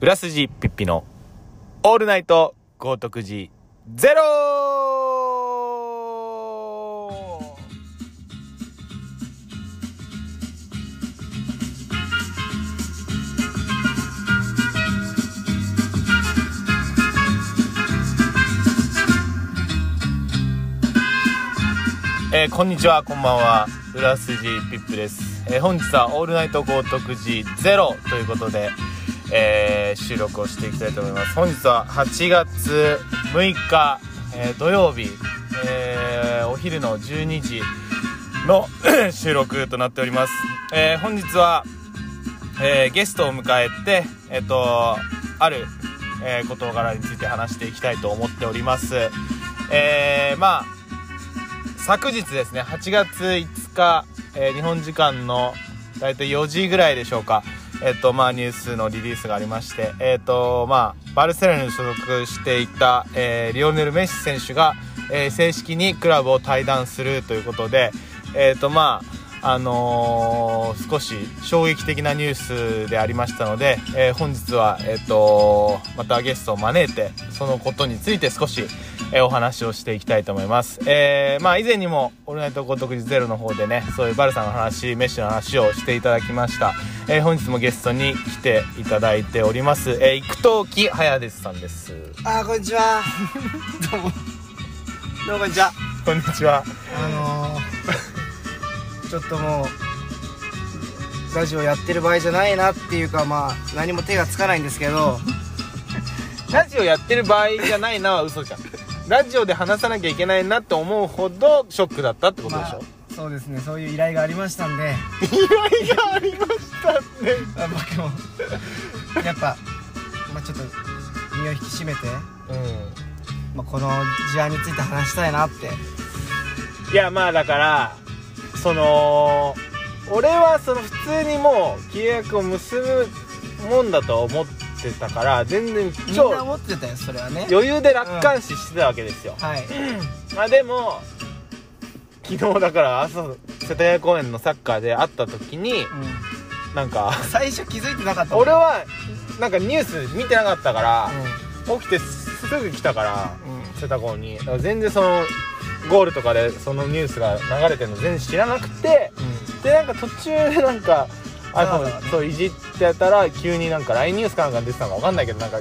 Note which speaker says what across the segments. Speaker 1: 裏筋ピッピのオールナイト豪徳寺ゼロえーこんにちはこんばんは裏筋ピップです、えー本日は「オールナイト豪徳寺ゼロということで、えー収録をしていきたいと思います本日は8月6日、えー土曜日、えーお昼の12時の 収録となっております、えー本日はえーゲストを迎えて、えっとある、えー事柄について話していきたいと思っております、えーまあ昨日ですね8月5日、えー日本時間の大体4時ぐらいでしょうかえっ、とまあニュースのリリースがありましてえっ、とまあバルセロナに所属していた、えーリオネル・メッシ選手が、えー正式にクラブを退団するということでえっ、とまああのー少し衝撃的なニュースでありましたので、えー本日は、えっとまたゲストを招いてそのことについて少し、えーお話をしていきたいと思います、えーまあ、以前にも「オールナイト独自ゼロの方でねそういうバルさんの話メッシの話をしていただきました、えー本日もゲストに来ていただいております、えー、幾藤木隼さんです
Speaker 2: あーこんにちはどうもどうもこんにちは
Speaker 1: こんにちは
Speaker 2: あのー、ちょっともうラジオやってる場合じゃないなっていうかまあ何も手がつかないんですけど
Speaker 1: ラジオやってる場合じゃないなは嘘 じゃんラジオで話さなきゃいけないなって思うほどショックだったってことでしょ、
Speaker 2: あ、そうですねそういう依頼がありましたんで、
Speaker 1: 依頼がありましたね
Speaker 2: まあ、僕もやっぱ、まあ、ちょっと身を引き締めて、
Speaker 1: う
Speaker 2: まあ、この事案について話したいなって
Speaker 1: んいやまあだからその俺はその普通にもう契約を結ぶもんだと思ってたから全然
Speaker 2: みん
Speaker 1: 超
Speaker 2: な思ってたよそれはね
Speaker 1: 余裕で楽観視してたわけですよ、
Speaker 2: はい
Speaker 1: まあでも昨日だから朝世田谷公園のサッカーで会った時に
Speaker 2: うん、
Speaker 1: なんか
Speaker 2: 最初気づいてなかったもん
Speaker 1: 俺はなんかニュース見てなかったから、
Speaker 2: う
Speaker 1: 起きてすぐ来たから
Speaker 2: んうん
Speaker 1: 瀬田郷にだから全然そのゴールとかでそのニュースが流れてるの全然知らなくてでなんか途中でなんか
Speaker 2: そうだね
Speaker 1: iPhone そういじってたら急になんか LINE ニュースかなんか出てたのか分かんないけどなんか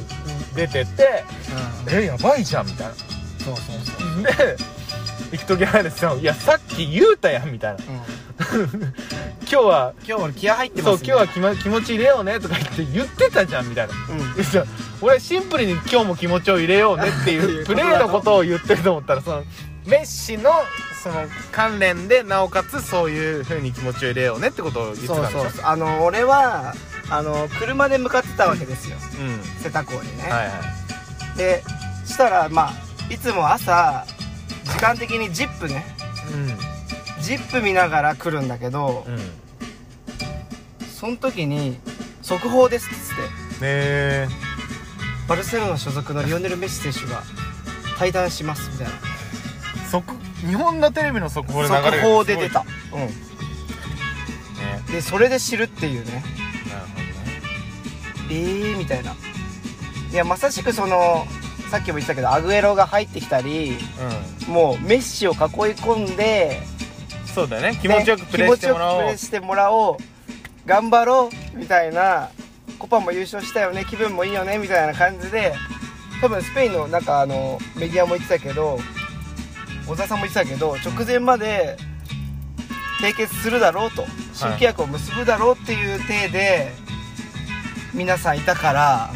Speaker 1: 出てて「えやばいじゃん」みたいな
Speaker 2: そうそうそう
Speaker 1: で「行く時早いですよ」「いやさっき言うたやん」みたいな
Speaker 2: うん
Speaker 1: 「今日は
Speaker 2: 今日俺気合入って
Speaker 1: そう
Speaker 2: ま
Speaker 1: 今
Speaker 2: すね
Speaker 1: 日は気,、ま、気持ち入れようね」とか言って言ってたじゃんみたいな
Speaker 2: うん
Speaker 1: でじゃあ 俺はシンプルに今日も気持ちを入れようね っていうプレーのことを言ってると思ったらそのメッシのその関連でなおかつそういうふうに気持ちを入れようねってことを言ってたん
Speaker 2: そう
Speaker 1: でしょ
Speaker 2: そうそうあの俺はあの車で向かってたわけですよ
Speaker 1: うん
Speaker 2: 瀬田港にね、
Speaker 1: はいはい
Speaker 2: でしたらまあいつも朝時間的に ZIP ね ZIP 見ながら来るんだけど
Speaker 1: うんうんね
Speaker 2: その時に「速報です」っつって
Speaker 1: え
Speaker 2: 「バルセロナ所属のリオネル・メッシ選手が退団します」みたいな
Speaker 1: 速日本のテレビの速報で流れる
Speaker 2: 速報で出た、う
Speaker 1: すごいね
Speaker 2: ん、でそれで知るっていうね
Speaker 1: なるほどね
Speaker 2: えー、みたいないやまさしくそのさっきも言ってたけどアグエロが入ってきたりもうメッシを囲い込んで
Speaker 1: うんそうだよね気持ちよくプレーしてもら
Speaker 2: ね気持
Speaker 1: お
Speaker 2: ちよくプレ
Speaker 1: う
Speaker 2: ーしてもらおう頑張ろうみたいなコパも優勝したよね気分もいいよねみたいな感じで多分スペインのなんかあのメディアも言ってたけど小沢さんも言ってたけど直前まで締結するだろうと新規約を結ぶだろうっていう体で皆さんいたから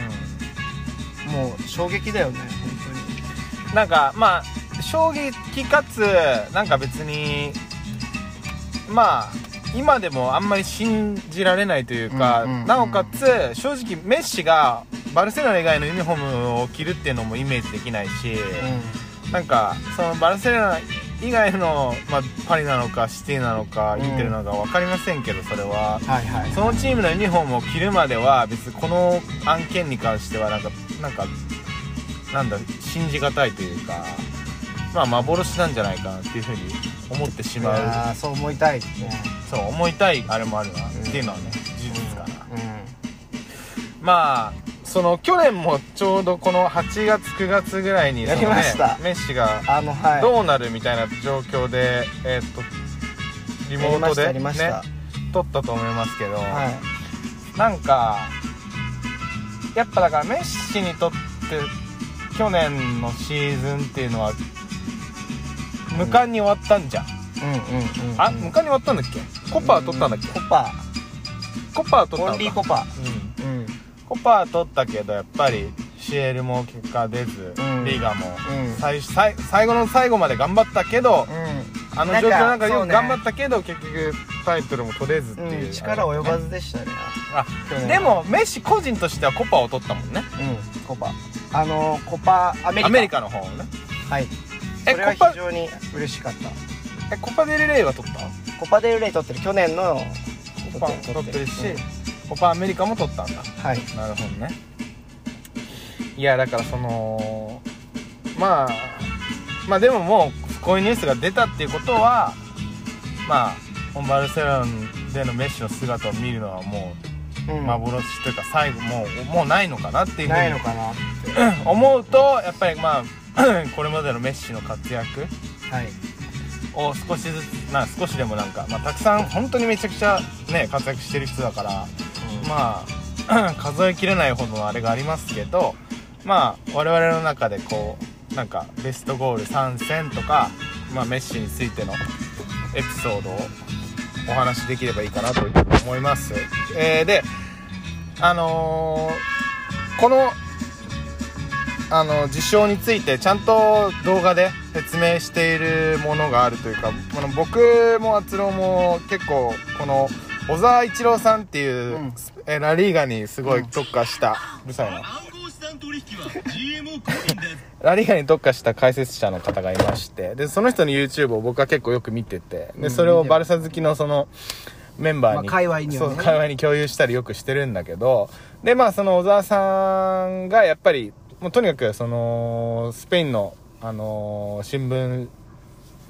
Speaker 2: もう衝撃だよね
Speaker 1: うんなんかまあ衝撃かつなんか別にまあ今でもあんまり信じられないというか、
Speaker 2: うんうんうん
Speaker 1: なおかつ正直メッシがバルセロナ以外のユニフォームを着るっていうのもイメージできないし、
Speaker 2: 本
Speaker 1: なんかそのバルセロナ以外の、まあ、パリなのかシティなのかイ
Speaker 2: う
Speaker 1: ン
Speaker 2: ん
Speaker 1: テルなのか分かりませんけどそれは
Speaker 2: 当に、はいはい
Speaker 1: そのチームのユニフォームを着るまでは別にこの案件に関してはなんかなんかなんだ信じがたいというかまあ幻なんじゃないかなっていうふうに思ってし
Speaker 2: い
Speaker 1: まう
Speaker 2: やーそう思いたいね
Speaker 1: そう思いたいあれもあるな、
Speaker 2: ん
Speaker 1: っていうのはね事実かな、
Speaker 2: うん
Speaker 1: まあその去年もちょうどこの8月9月ぐらいにそのね
Speaker 2: やりました
Speaker 1: メッシが
Speaker 2: あのはい
Speaker 1: どうなるみたいな状況で、えーっとリモート
Speaker 2: や
Speaker 1: で、
Speaker 2: り
Speaker 1: ね、
Speaker 2: ましたやりまし
Speaker 1: 撮ったと思いますけど、
Speaker 2: たはい
Speaker 1: なんかやっぱだからメッシにとって去年のシーズンっていうのは無冠に終わったんじゃん、
Speaker 2: うんうんうん
Speaker 1: あ無冠に終わったんだっけコパは取ったんだっけ、
Speaker 2: コパ
Speaker 1: コパは取ったのか
Speaker 2: オンリーコパ
Speaker 1: うん
Speaker 2: うんうん
Speaker 1: コパは取ったけどやっぱりシエルも結果出ず、
Speaker 2: うん
Speaker 1: リーガも最初最最後の最後まで頑張ったけど、あの
Speaker 2: なん
Speaker 1: 状
Speaker 2: か
Speaker 1: 況なんかよ
Speaker 2: そう
Speaker 1: く
Speaker 2: ね
Speaker 1: 頑張ったけど、結局タイトルも取れずって
Speaker 2: うん
Speaker 1: いう、
Speaker 2: 力及ば
Speaker 1: ず
Speaker 2: ずでしたね
Speaker 1: あ
Speaker 2: 去年
Speaker 1: でもメッシ個人としてはコパを取ったもんね
Speaker 2: うんコパあのコパアメリカ
Speaker 1: アメリカの方をね
Speaker 2: はいそ
Speaker 1: え
Speaker 2: れは
Speaker 1: コパ
Speaker 2: 非常に嬉しかった
Speaker 1: えコパデルレイは取った
Speaker 2: コパデルレイ取ってる去年の
Speaker 1: コパ取ってるし、コパアメリカも取ったんだ
Speaker 2: はい
Speaker 1: なるほどねいやだからそのまあまあでももうこういうニュースが出たっていうことはまあバルセロナでのメッシの姿を見るのはも
Speaker 2: う
Speaker 1: うん幻というか最後もうもうないのかなっていうふ
Speaker 2: ないうの
Speaker 1: に
Speaker 2: かなは
Speaker 1: 思うとやっぱりまあ これまでのメッシの活躍
Speaker 2: い
Speaker 1: を少しずつな少しでもなんか、まあ、たくさん本当にめちゃくちゃね活躍してる人だからまあ 数えきれないほどのあれがありますけどまあ我々の中でこうなんかベストゴール参戦とか、まあ、メッシについてのエピソードをお話しできればいいかなというふうに思います、えーであのーこのあの事象についてちゃんと動画で説明しているものがあるというかこの僕も篤郎も結構この小沢一郎さんっていう、
Speaker 2: うん
Speaker 1: えーラリーガにすごい特化した、うるさいな
Speaker 3: 暗号資産取引は GMO 降臨です
Speaker 1: ラリーガに特化した解説者の方がいましてでその人の YouTube を僕は結構よく見てて
Speaker 2: う
Speaker 1: で
Speaker 2: ん
Speaker 1: それをバルサ好きのそのメンバーに、
Speaker 2: まあ界隈にはね
Speaker 1: そう界隈に共有したりよくしてるんだけどでまあその小沢さんがやっぱりもうとにかくそのスペインの、あのー新聞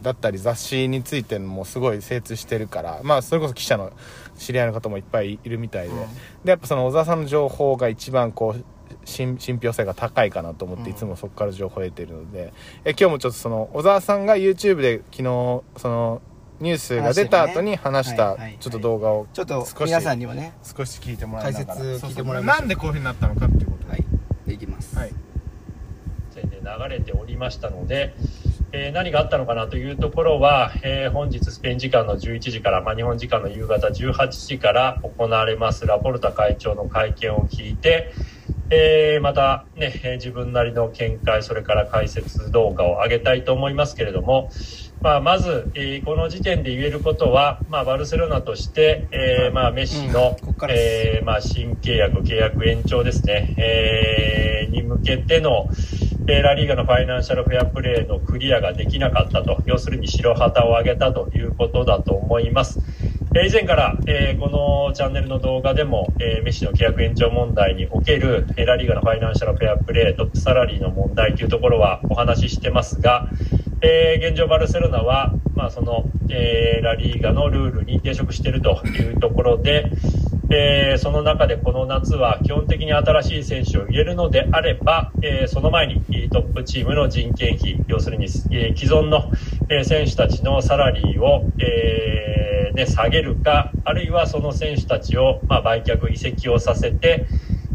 Speaker 1: だったり雑誌についてもすごい精通してるからまあそれこそ記者の知り合いの方もいっぱいいるみたいで、
Speaker 2: うん
Speaker 1: でやっぱその小沢さんの情報が一番こう信信憑性が高いかなと思っていつもそこから情報を得てるので、え今日もちょっとその小沢さんが YouTube で昨日そのニュースが出た後に話した
Speaker 2: 話してるねはいはい
Speaker 1: ちょっと動画を
Speaker 2: ちょっと
Speaker 1: 少し
Speaker 2: 皆さんにもね
Speaker 1: 少し聞いてもらいながら
Speaker 2: 解説
Speaker 1: そうそう
Speaker 2: 聞いてもらいましょう
Speaker 1: なんでこういうふうになったのかっていうこと
Speaker 2: はいできます
Speaker 1: はい
Speaker 4: ついて流れておりましたので、えー何があったのかなというところは、えー本日スペイン時間の11時から、まあ、日本時間の夕方18時から行われますラポルタ会長の会見を聞いて、えーまた、ね、えー自分なりの見解それから解説動画を上げたいと思いますけれども、まあ、まず、えーこの時点で言えることは、まあ、バルセロナとして、えーまあ、メッシの、
Speaker 2: うんこっからです
Speaker 4: えーまあ、新契約、契約延長ですね、えーに向けての、えーラリーガのファイナンシャルフェアプレーのクリアができなかったと、要するに白旗を上げたということだと思います。えー以前から、えーこのチャンネルの動画でも、えーメッシの契約延長問題における、えーラリーガのファイナンシャルフェアプレー、トップサラリーの問題というところはお話ししてますが、えー現状、バルセロナは、まあそのえーラリーガのルールに抵触しているというところで、えーその中でこの夏は基本的に新しい選手を入れるのであれば、えーその前にえートップチームの人件費要するに、えー既存の、えー選手たちのサラリーを、えーね、下げるかあるいはその選手たちを、まあ、売却、移籍をさせて、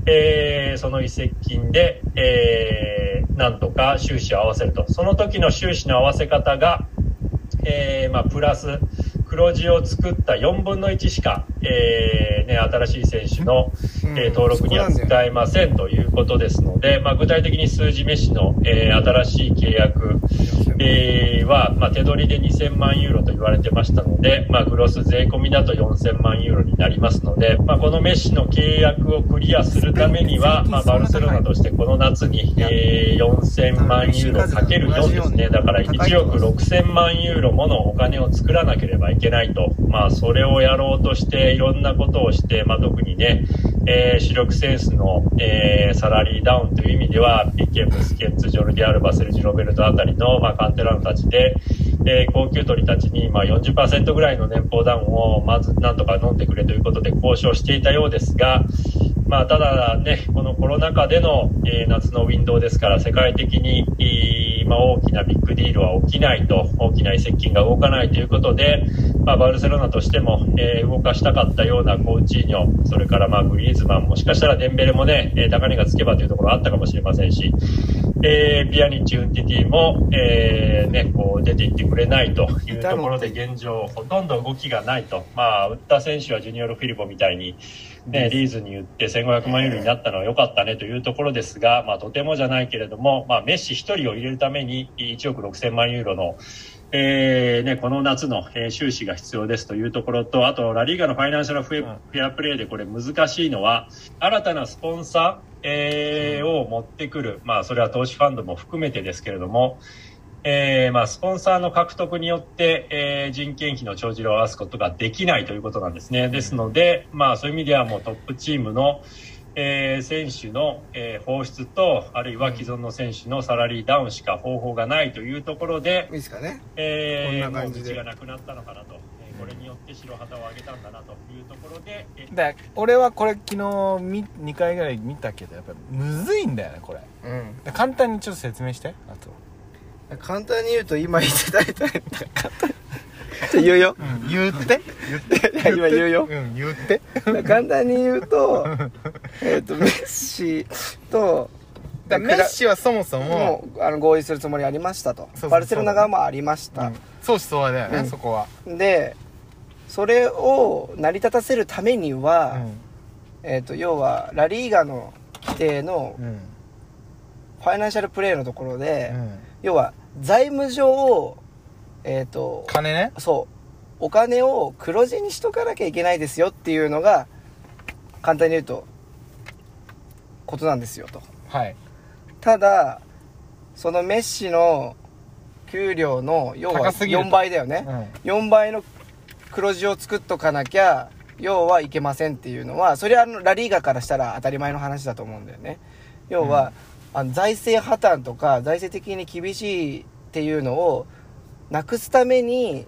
Speaker 4: えーその移籍金で、えーなんとか収支を合わせるとその時の収支の合わせ方が、えーまあ、プラス黒字を作った4分の1しか、えーね、新しい選手の、
Speaker 2: うん
Speaker 4: えー登録には
Speaker 2: そこなんだよね
Speaker 4: 使えませんということですので、まあ、具体的に数字メシの、えー新しい契約、えーは、まあ、手取りで2000万ユーロと言われてましたので、まあ、グロス税込みだと4000万ユーロになりますので、まあ、このメッシの契約をクリアするためには、まあ、バルセロナとしてこの夏に、えー4000万ユーロかける4ですね、だから1億6000万ユーロものお金を作らなければいけないと、まあ、それをやろうとして、いろんなことをして、まあ、特にね、えー主力センスの、えーサラリーダウンという意味では、ピケ、ブスケッツ、ジョルディ・アルバ、セルジ・ロベルトあたりの、まあ、カンテランたちで、えー高級鳥たちに、まあ、40%ぐらいの年俸ダウンを、まずなんとか飲んでくれということで交渉していたようですが、まあ、ただね、このコロナ禍での、えー夏のウィンドウですから、世界的に、えーまあ、大きなビッグディールは起きないと、大きな移籍金が動かないということで、まあ、バルセロナとしても、えー動かしたかったようなコーチーニョ、それから、まあ、グリーズマン、もしかしたらデンベレもね、えー高値がつけばというところあったかもしれませんし、えーピアニッチ、ウンティティも、えーね、こう出ていってくれないというところで、現状、ほとんど動きがないと、まあ、打った選手はジュニオル・フィリポみたいに、ね、リーズに言って1500万ユーロになったのは良かったねというところですが、まあ、とてもじゃないけれども、まあ、メッシ1人を入れるために1億6000万ユーロの、えーね、この夏の、えー収支が必要ですというところと、あと、ラリーガのファイナンシャルフェ
Speaker 1: うん
Speaker 4: フェアプレーでこれ難しいのは、新たなスポンサー、えーを持ってくる、まあ、それは投資ファンドも含めてですけれども、えーまあ、スポンサーの獲得によって、えー人件費の帳尻を合わすことができないということなんですね。ですので、まあ、そういう意味ではもうトップチームの、えー選手の、えー放出と、あるいは既存の選手のサラリーダウンしか方法がないというところで
Speaker 2: いい、ですかね
Speaker 4: え
Speaker 2: こ
Speaker 4: ー、
Speaker 2: んな
Speaker 4: も
Speaker 2: 感
Speaker 4: う
Speaker 2: じで
Speaker 4: 口がなくなったのかなと、えーこれによって白旗を上げたんだなというところで、えー
Speaker 1: だから俺はこれ昨日2回ぐらい見たけどやっぱむずいんだよねこれだか
Speaker 2: うん
Speaker 1: ら簡単にちょっと説明してあと、
Speaker 2: 簡単に言うと今言ってたみたいな簡単じゃあ言うよ
Speaker 1: 言って 言っ
Speaker 2: 今言うよ
Speaker 1: うん言って
Speaker 2: 簡単に言うとえっとメッシと
Speaker 1: だからメッシはそもそも
Speaker 2: もうあの合意するつもりありましたと
Speaker 1: そうそう
Speaker 2: バルセロナ側もありまし
Speaker 1: う
Speaker 2: た
Speaker 1: ん、相思相愛だよね、
Speaker 2: うん
Speaker 1: そこは、
Speaker 2: でそれを成り立たせるために
Speaker 1: う
Speaker 2: は、
Speaker 1: ん
Speaker 2: えっと要はラリーガの規定の
Speaker 1: うん
Speaker 2: ファイナンシャルプレーのところで、
Speaker 1: うん、
Speaker 2: 要は財務上えっ、と
Speaker 1: 金ね
Speaker 2: そうお金を黒字にしとかなきゃいけないですよっていうのが簡単に言うとことなんですよと
Speaker 1: はい
Speaker 2: ただそのメッシの給料の要は
Speaker 1: 高すぎると
Speaker 2: 4倍だよね4倍の黒字を作っとかなきゃ要はいけませんっていうのはそれはあのラリーガからしたら当たり前の話だと思うんだよね要は、あの財政破綻とか財政的に厳しいっていうのをなくすために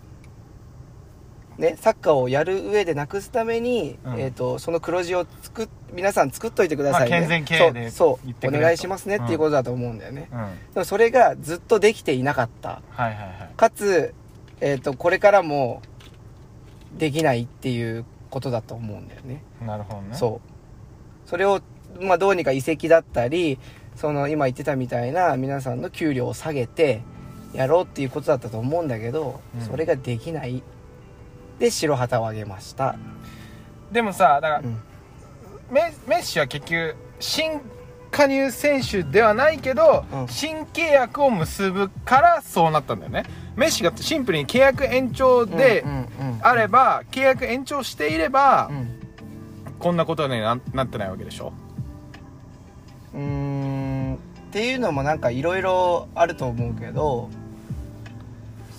Speaker 2: ね、サッカーをやる上でなくすために、
Speaker 1: うん
Speaker 2: えー、とその黒字を作っ皆さん作っといてくださいね、
Speaker 1: まあ健全経営で
Speaker 2: そう
Speaker 1: 言って
Speaker 2: そう
Speaker 1: く
Speaker 2: お
Speaker 1: れと
Speaker 2: 願いしますねっていうことだと思うんだよね、
Speaker 1: うん、うん、はい
Speaker 2: でもそれがずっとできていなかった
Speaker 1: はいはい
Speaker 2: かつ、えー、とこれからもできないっていうことだと思うんだよね、
Speaker 1: なるほどね
Speaker 2: そうそれを、まあ、どうにか移籍だったりその今言ってたみたいな皆さんの給料を下げてやろうっていうことだったと思うんだけど、
Speaker 1: うん
Speaker 2: それができないで白旗を上げました、
Speaker 1: でもさだから、
Speaker 2: うん
Speaker 1: メメッシは結局新加入選手ではないけど、
Speaker 2: うん
Speaker 1: 新契約を結ぶからそうなったんだよねメッシがシンプルに契約延長で
Speaker 2: うんうんうん
Speaker 1: あれば、契約延長していれば、
Speaker 2: うん
Speaker 1: こんなことにはななってないわけでしょ
Speaker 2: うーんっていうのもなんかいろいろあると思うけど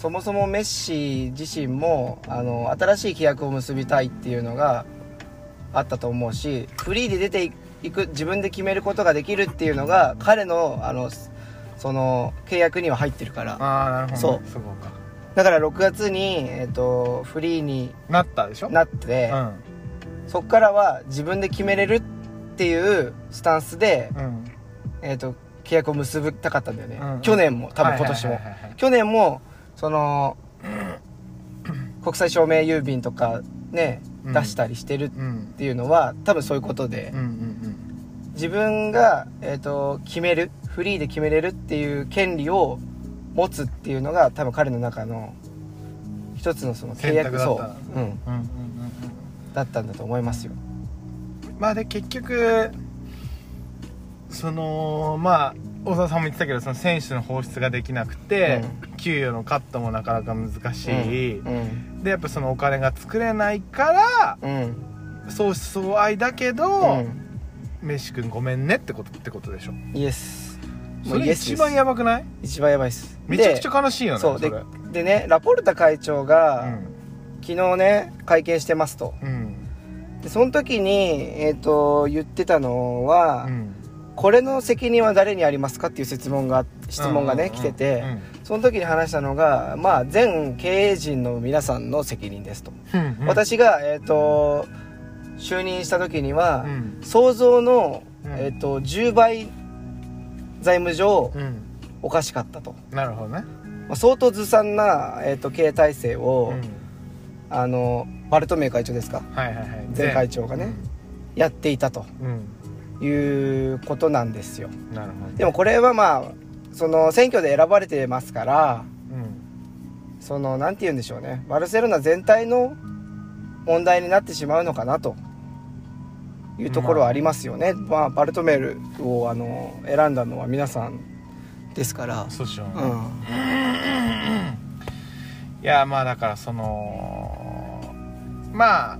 Speaker 2: そもそもメッシ自身もあの新しい規約を結びたいっていうのがあったと思うしフリーで出ていく自分で決めることができるっていうのが彼のあのその契約には入ってるから
Speaker 1: ああなるほ
Speaker 2: ど
Speaker 1: ど、
Speaker 2: ね
Speaker 1: そうそうか
Speaker 2: だから6月に、えっとフリーに
Speaker 1: なったでしょ
Speaker 2: なって、そこからは自分で決めれるっていうスタンスで
Speaker 1: うんうん
Speaker 2: えー、と契約を結びたかったんだよね、
Speaker 1: うんうん
Speaker 2: 去年も多分今年も、
Speaker 1: はいはいはいはい
Speaker 2: 去年もその国際証明郵便とかね、
Speaker 1: うん
Speaker 2: 出したりしてるっ
Speaker 1: うん
Speaker 2: ていうのは多分そういうことで
Speaker 1: うんう、ん
Speaker 2: 自分が、えー、と決めるフリーで決めれるっていう権利を持つっていうのが多分彼の中の一つのその契約
Speaker 1: 選択だった
Speaker 2: そう、う
Speaker 1: うんうん
Speaker 2: ん、
Speaker 1: うんうん
Speaker 2: だったんだと思いますよ、
Speaker 1: うんまあで結局そのまあ小沢さんも言ってたけどその選手の放出ができなくて、給与のカットもなかなか難しい、
Speaker 2: うん
Speaker 1: でやっぱそのお金が作れないから
Speaker 2: うん
Speaker 1: 相思相愛だけ
Speaker 2: う
Speaker 1: ど、
Speaker 2: ん
Speaker 1: メシ君ごめんねってことってことでしょ
Speaker 2: イエスも
Speaker 1: そう
Speaker 2: イ
Speaker 1: れ
Speaker 2: エス
Speaker 1: 一
Speaker 2: です
Speaker 1: 番やばくない
Speaker 2: 一番やばいです
Speaker 1: めちゃく
Speaker 2: で
Speaker 1: ちゃ悲しいよね
Speaker 2: そう
Speaker 1: れ
Speaker 2: ででねラポルタ会長が、
Speaker 1: うん
Speaker 2: 昨日ね会見してますと
Speaker 1: うん
Speaker 2: でその時に、えー、と言ってたのは、
Speaker 1: うん
Speaker 2: これの責任は誰にありますかっていう質問が質問がね、
Speaker 1: うんうんうん
Speaker 2: 来てて、
Speaker 1: うん
Speaker 2: その時に話したのが、まあ、全経営陣の皆さんの責任ですと、
Speaker 1: うんうん
Speaker 2: 私が、えー、と就任した時には、
Speaker 1: うん
Speaker 2: 想像の、
Speaker 1: うん
Speaker 2: えっと10倍財務上
Speaker 1: うん
Speaker 2: おかしかったと、
Speaker 1: なるほどね
Speaker 2: まあ、相当ずさんな、えっと経営体制
Speaker 1: う
Speaker 2: を、
Speaker 1: ん
Speaker 2: あのバルトメイ会長ですか
Speaker 1: はいはいはい
Speaker 2: 前会長がねやっていたと
Speaker 1: うん、
Speaker 2: いうことなんですよ
Speaker 1: うんなるほど
Speaker 2: でもこれはまあその選挙で選ばれてますから
Speaker 1: うん
Speaker 2: そのなんて言うんでしょうねバルセロナ全体の問題になってしまうのかなというところはありますよね、まあ、バルトメールをあの選んだのは皆さんですから、
Speaker 1: そうしようね、
Speaker 2: うん、
Speaker 1: いやまあだからそのまあ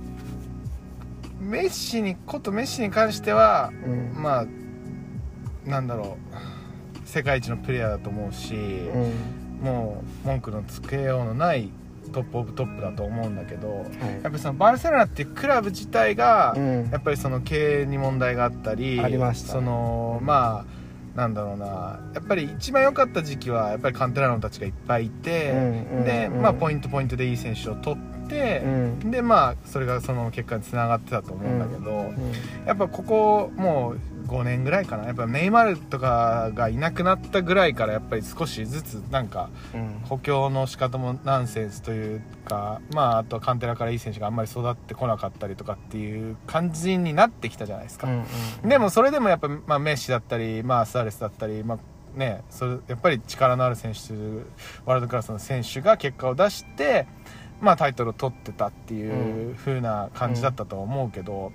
Speaker 1: メッシにことメッシに関しては
Speaker 2: うん
Speaker 1: まあなんだろう世界一のプレイヤーだと思うし、
Speaker 2: うん
Speaker 1: もう文句のつけようのないトップオブトップだと思うんだけど、
Speaker 2: はい
Speaker 1: やっぱりそのバルセロナっていうクラブ自体が、
Speaker 2: うん
Speaker 1: やっぱりその経営に問題があったり
Speaker 2: ありました
Speaker 1: そのまあなんだろうなやっぱり一番良かった時期はやっぱりカンテラーノたちがいっぱいいて、
Speaker 2: うんうん
Speaker 1: で、
Speaker 2: うん
Speaker 1: まあ、ポイントポイントでいい選手を取って
Speaker 2: う、ん
Speaker 1: でまあそれがその結果につながってたと思うんだけど、
Speaker 2: うん
Speaker 1: やっぱここもう5年ぐらいかなやっぱネイマールとかがいなくなったぐらいからやっぱり少しずつなんか
Speaker 2: うん
Speaker 1: 補強の仕方もナンセンスというかまああとはカンテラからいい選手があんまり育ってこなかったりとかっていう感じになってきたじゃないですか、でもそれでもやっぱ、まあ、メッシだったり、まあ、スアレスだったり、まあね、それやっぱり力のある選手ワールドクラスの選手が結果を出して、まあ、タイトルを取ってたっていう風な感じだったとは思うけど、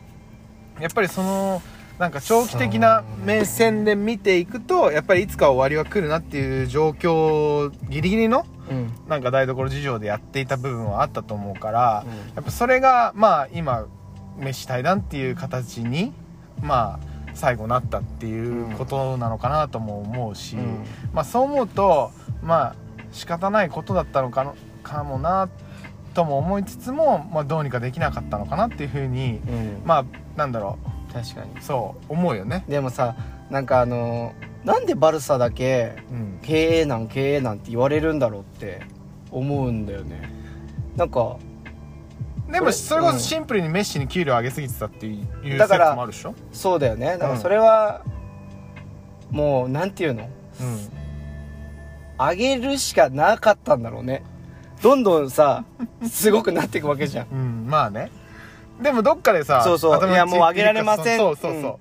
Speaker 1: やっぱりそのなんか長期的な目線で見ていくとやっぱりいつか終わりは来るなっていう状況ギリギリの
Speaker 2: うん
Speaker 1: なんか台所事情でやっていた部分はあったと思うから、
Speaker 2: うん
Speaker 1: やっぱそれがまあ今メッシ対談っていう形にまあ最後なったっていうことなのかなとも思うし、
Speaker 2: うん
Speaker 1: まあそう思うとまあ仕方ないことだったのかのかもなとも思いつつも、まあ、どうにかできなかったのかなっていうふうに
Speaker 2: うん
Speaker 1: まあなんだろ
Speaker 2: 確かに
Speaker 1: うそう思うよね。
Speaker 2: でもさなんかあのなんでバルサだけ
Speaker 1: うん、
Speaker 2: 経営難経営難って言われるんだろうって思うんだよねなんか
Speaker 1: でもそ
Speaker 2: そ
Speaker 1: れ
Speaker 2: れ
Speaker 1: こそシンプルにメッシに給料上げすぎてたっていう
Speaker 2: だ
Speaker 1: 説
Speaker 2: から
Speaker 1: もあるでしょ、
Speaker 2: そうだよねだか
Speaker 1: うん
Speaker 2: らそれは、もうなんていうの
Speaker 1: うん、
Speaker 2: 上げるしかなかったんだろうねどんどんさすごくなっていくわけじゃん
Speaker 1: うんまあねでもどっかでさ
Speaker 2: そうそう
Speaker 1: 頭打ち
Speaker 2: いやもう上げられません
Speaker 1: そうそうそう、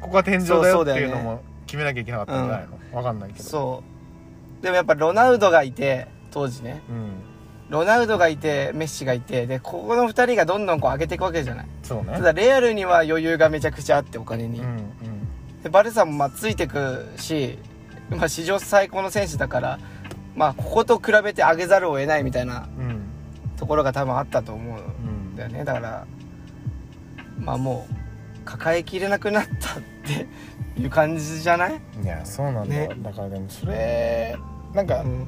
Speaker 1: ここは天井だ
Speaker 2: そう
Speaker 1: よ
Speaker 2: そ
Speaker 1: っ
Speaker 2: う
Speaker 1: て
Speaker 2: だよ
Speaker 1: いう
Speaker 2: ね
Speaker 1: のも決めなきゃいけなかったんじゃないの、わかんないけどう、
Speaker 2: そうでもやっぱロナウドがいて当時ね
Speaker 1: ん、
Speaker 2: ロナウドがいてメッシがいてでここの2人がどんどんこう上げていくわけじゃない
Speaker 1: そうね
Speaker 2: ただレアルには余裕がめちゃくちゃあってお金に、
Speaker 1: うんうん
Speaker 2: でバルサもまあついてくし、まあ、史上最高の選手だから、まあ、ここと比べて上げざるを得ないみたいな
Speaker 1: うん
Speaker 2: ところが多分あったと思
Speaker 1: う
Speaker 2: うん
Speaker 1: ん
Speaker 2: だよねだからまあもう抱えきれなくなったっていう感じじゃない、
Speaker 1: いやそうなんだよ、
Speaker 2: ね
Speaker 1: だからでもそれなんか、
Speaker 2: うん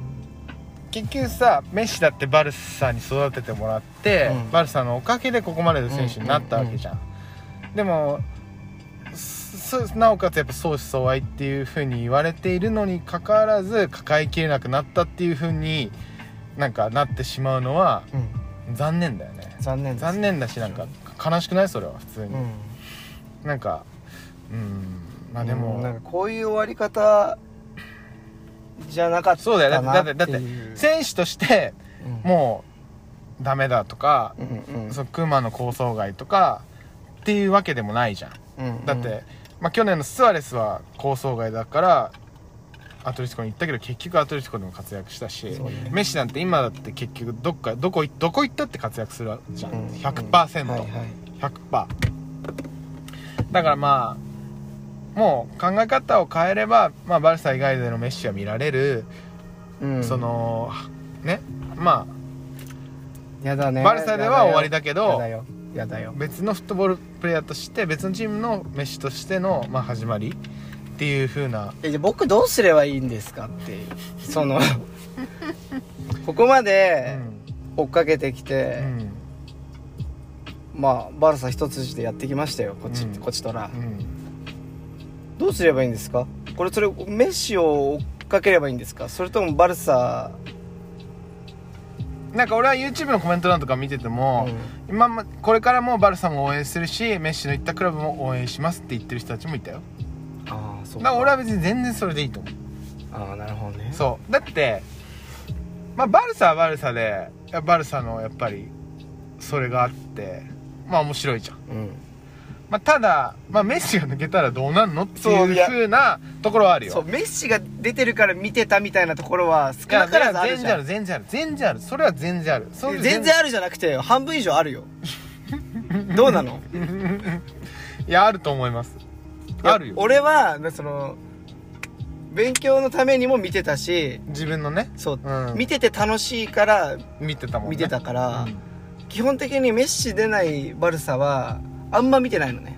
Speaker 1: 結局さメッシだってバルサに育ててもらって、
Speaker 2: うん
Speaker 1: バルサのおかげでここまでの選手になったわけじゃん,、でもそなおかつやっぱ相思相愛っていうふうに言われているのにかかわらず抱えきれなくなったっていうふうになんかなってしまうのは残念だよね
Speaker 2: 残念です
Speaker 1: 残念だしなんか悲しくないそれは普通に、
Speaker 2: うん
Speaker 1: なんかうんまあでも、
Speaker 2: うんなんかこういう終わり方じゃなかった
Speaker 1: そうだよだ
Speaker 2: な
Speaker 1: っ
Speaker 2: って
Speaker 1: て
Speaker 2: いう
Speaker 1: だってだって選手としてもうダメだとか
Speaker 2: うん、うんうん
Speaker 1: そうクマの構想外とかっていうわけでもないじゃん
Speaker 2: うんうん
Speaker 1: だって、まあ、去年のスアレスは構想外だからアトレティコに行ったけど結局アトレティコでも活躍したし、
Speaker 2: そうね
Speaker 1: メッシなんて今だって結局どっかどこいどこ行ったって活躍するじゃん、
Speaker 2: うんうん
Speaker 1: 100%、
Speaker 2: はいはい
Speaker 1: 100%だからまあもう考え方を変えれば、まあ、バルサ以外でのメッシは見られる、
Speaker 2: うん
Speaker 1: そのねま
Speaker 2: やだね
Speaker 1: バルサでは終わりだけど
Speaker 2: やだよやだ
Speaker 1: あ
Speaker 2: よ
Speaker 1: 別のフットボールプレイヤーとして別のチームのメッシとしての、まあ、始まりっていう風な
Speaker 2: えじゃあ僕どうすればいいんですかっていうその ここま
Speaker 1: う
Speaker 2: で
Speaker 1: ん
Speaker 2: 追っかけてき
Speaker 1: う
Speaker 2: て、
Speaker 1: ん
Speaker 2: まあバルサ一筋でやってきましたよこっち、
Speaker 1: うん
Speaker 2: こっちとら、
Speaker 1: うん
Speaker 2: どうすればいいんですかこれそれメッシを追っかければいいんですかそれともバルサ
Speaker 1: なんか俺は YouTube のコメント欄とか見てても、今まこれからもバルサも応援するしメッシの行ったクラブも応援しますって言ってる人たちもいたよ
Speaker 2: ああそ
Speaker 1: だ
Speaker 2: う
Speaker 1: から俺は別に全然それでいいと思う
Speaker 2: ああなるほどね
Speaker 1: そうだって、まあ、バルサはバルサでいやバルサのやっぱりそれがあってまあ面白いじゃん、
Speaker 2: うん
Speaker 1: まあ、ただ、まあ、メッシが抜けたらどうなんのって
Speaker 2: そう
Speaker 1: いう
Speaker 2: いや
Speaker 1: ふうなところはあるよ
Speaker 2: そうメッシが出てるから見てたみたいなところは少
Speaker 1: いや
Speaker 2: なからずあ
Speaker 1: 全
Speaker 2: るじ
Speaker 1: 然あ
Speaker 2: ゃ
Speaker 1: る
Speaker 2: ん
Speaker 1: 全然ある全然あるそれは全然あるそれは
Speaker 2: 全然あるじゃなくて半分以上あるよどうなの
Speaker 1: いやあると思います あるよ
Speaker 2: 俺はその勉強のためにも見てたし
Speaker 1: 自分のね
Speaker 2: そう、
Speaker 1: うん
Speaker 2: 見てて楽しいから
Speaker 1: 見てたもんね
Speaker 2: 見てたか
Speaker 1: う
Speaker 2: ら、
Speaker 1: ん
Speaker 2: 基本的にメッシ出ないバルサはあんま見てないのね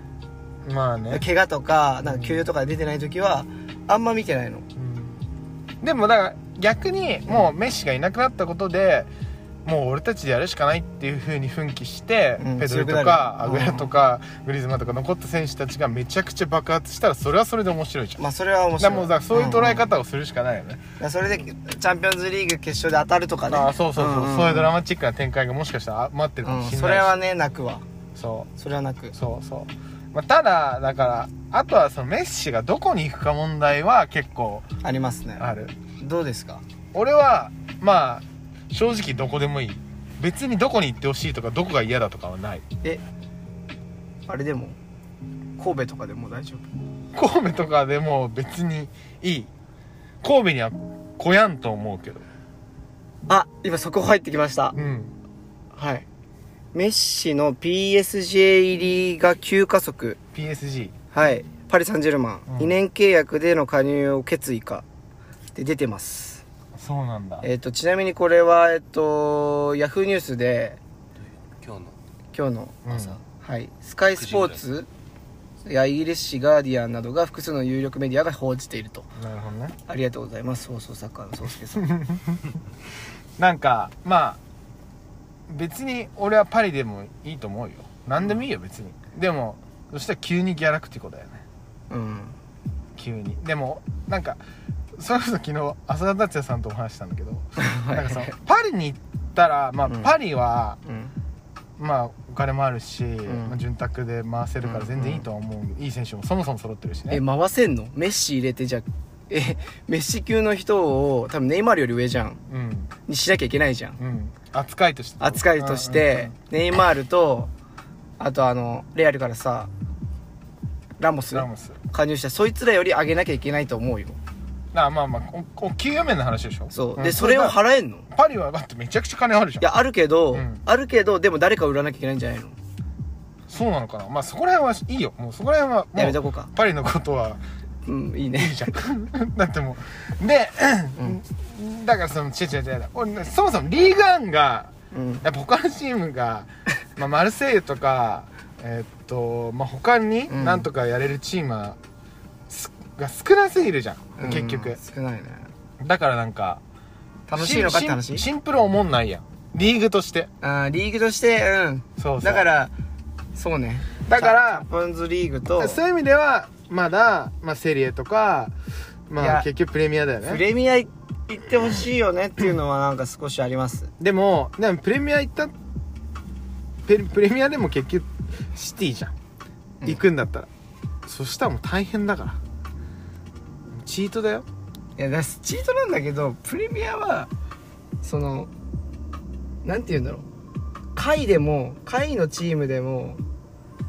Speaker 1: まあね、
Speaker 2: 怪我とかなんか休養とか出てない時はあんま見てないの
Speaker 1: うんでもだから逆にもうメッシがいなくなったことでもう俺たちでやるしかないっていう風に奮起して、
Speaker 2: うん
Speaker 1: ペドリと
Speaker 2: 強くな
Speaker 1: か
Speaker 2: る
Speaker 1: アグエラとか、グリズマとか残った選手たちがめちゃくちゃ爆発したらそれはそれで面白いじゃん、
Speaker 2: まあそれは面
Speaker 1: だから
Speaker 2: 白い
Speaker 1: もうだからそういう捉え
Speaker 2: んんだか
Speaker 1: 方をするしかないよね、
Speaker 2: らそれでチャンピオンズリーグ決勝で当たるとかね
Speaker 1: ああそうそうそう、
Speaker 2: んん
Speaker 1: そういうドラマチックな展開がもしかしたら待ってるかもしれないし、
Speaker 2: うんそれはね泣くわ
Speaker 1: そう
Speaker 2: それは泣く
Speaker 1: そうそう、まあ、ただだからあとはそのメッシがどこに行くか問題は結構
Speaker 2: ありますね
Speaker 1: ある
Speaker 2: どうですか
Speaker 1: 俺はまあ正直どこでもいい別にどこに行ってほしいとかどこが嫌だとかはない
Speaker 2: えあれでも神戸とかでも大丈夫
Speaker 1: 神戸とかでも別にいい神戸には来やんと思うけど
Speaker 2: あ今そこ入ってきました
Speaker 1: うん
Speaker 2: はいメッシの PSG 入りが急加速
Speaker 1: PSG
Speaker 2: はいパリ・サンジェルマン、
Speaker 1: うん
Speaker 2: 2年契約での加入を決意かで出てます
Speaker 1: そうなんだ
Speaker 2: えっ、とちなみにこれはえっ、とヤフーニュースで
Speaker 5: 今日の
Speaker 2: 今日の
Speaker 1: うん
Speaker 2: はい、スカイスポーツやイギリス紙ガーディアンなどが複数の有力メディアが報じていると
Speaker 1: なるほどね
Speaker 2: ありがとうございます放送作家の宗介さ ん
Speaker 1: なんかまあ別に俺はパリでもいいと思うよ何でもいいよ別にでもそしたら急にギャラクティコだよね
Speaker 2: うん
Speaker 1: 急にでもなんかそれこそ昨日浅田達也さんとお話ししたんだけ ど、なんかそのパリに行ったら、まあ
Speaker 2: うん
Speaker 1: パリは、
Speaker 2: うん
Speaker 1: まあ、お金もあるし、
Speaker 2: ん
Speaker 1: まあ、潤沢で回せるから全然いいとは思う、いい選手もそもそも揃ってるし
Speaker 2: え
Speaker 1: ね
Speaker 2: 回せんのメッシ入れてじゃあえメッシ級の人を多分ネイマールより上じゃん
Speaker 1: うん
Speaker 2: にしなきゃいけないじゃん
Speaker 1: うん扱いとして
Speaker 2: 扱いとして、ネイマールとあとあのレアルからさラモス
Speaker 1: うんうんうんラモスだか
Speaker 2: 加入したそいつらより上げなきゃいけないと思うよ
Speaker 1: らまあまあおお給与面の話でしょ
Speaker 2: そう、
Speaker 1: ん
Speaker 2: でそれを
Speaker 1: だから
Speaker 2: 払えんの
Speaker 1: パリはだってめちゃくちゃ金あるじゃん
Speaker 2: いやあるけど、
Speaker 1: うん
Speaker 2: あるけどでも誰か売らなきゃいけないんじゃないの
Speaker 1: そうなのかなまあそこら辺はいいよもうそこら辺はもう
Speaker 2: やめとこうか
Speaker 1: パリのことは
Speaker 2: うんいい
Speaker 1: いい
Speaker 2: ね
Speaker 1: じゃん だってもうで、だからその違う違う違う俺ねそもそもリーガンが
Speaker 2: うん
Speaker 1: やっぱ他のチームが、まあ、マルセイユとかえーっと、まあ、他に
Speaker 2: うん
Speaker 1: なんとかやれるチームはすが少なすぎるじゃん、 結
Speaker 2: うん
Speaker 1: 局
Speaker 2: 少ないね
Speaker 1: だからなんか
Speaker 2: 楽しいのかって
Speaker 1: シン
Speaker 2: 話
Speaker 1: シンプルおもんないやんリーグとして
Speaker 2: あーリーグとしてうん
Speaker 1: そうそう
Speaker 2: だからそうね
Speaker 1: だから
Speaker 2: チャチャンピオンズリーグと
Speaker 1: そういう意味ではまだ、まあ、セリエとか、
Speaker 2: い
Speaker 1: まあ、
Speaker 2: や
Speaker 1: 結局プレミアだよね
Speaker 2: プレミア行ってほしいよねっていうのはなんか少しあります
Speaker 1: でもでもプレミア行ったプレプレミアでも結局シティじゃん
Speaker 2: うん
Speaker 1: 行くんだったら、そしたらもう大変だからチートだよ
Speaker 2: いやだチートなんだけどプレミアはそのなんて言うんだろう下位でも下位のチームでも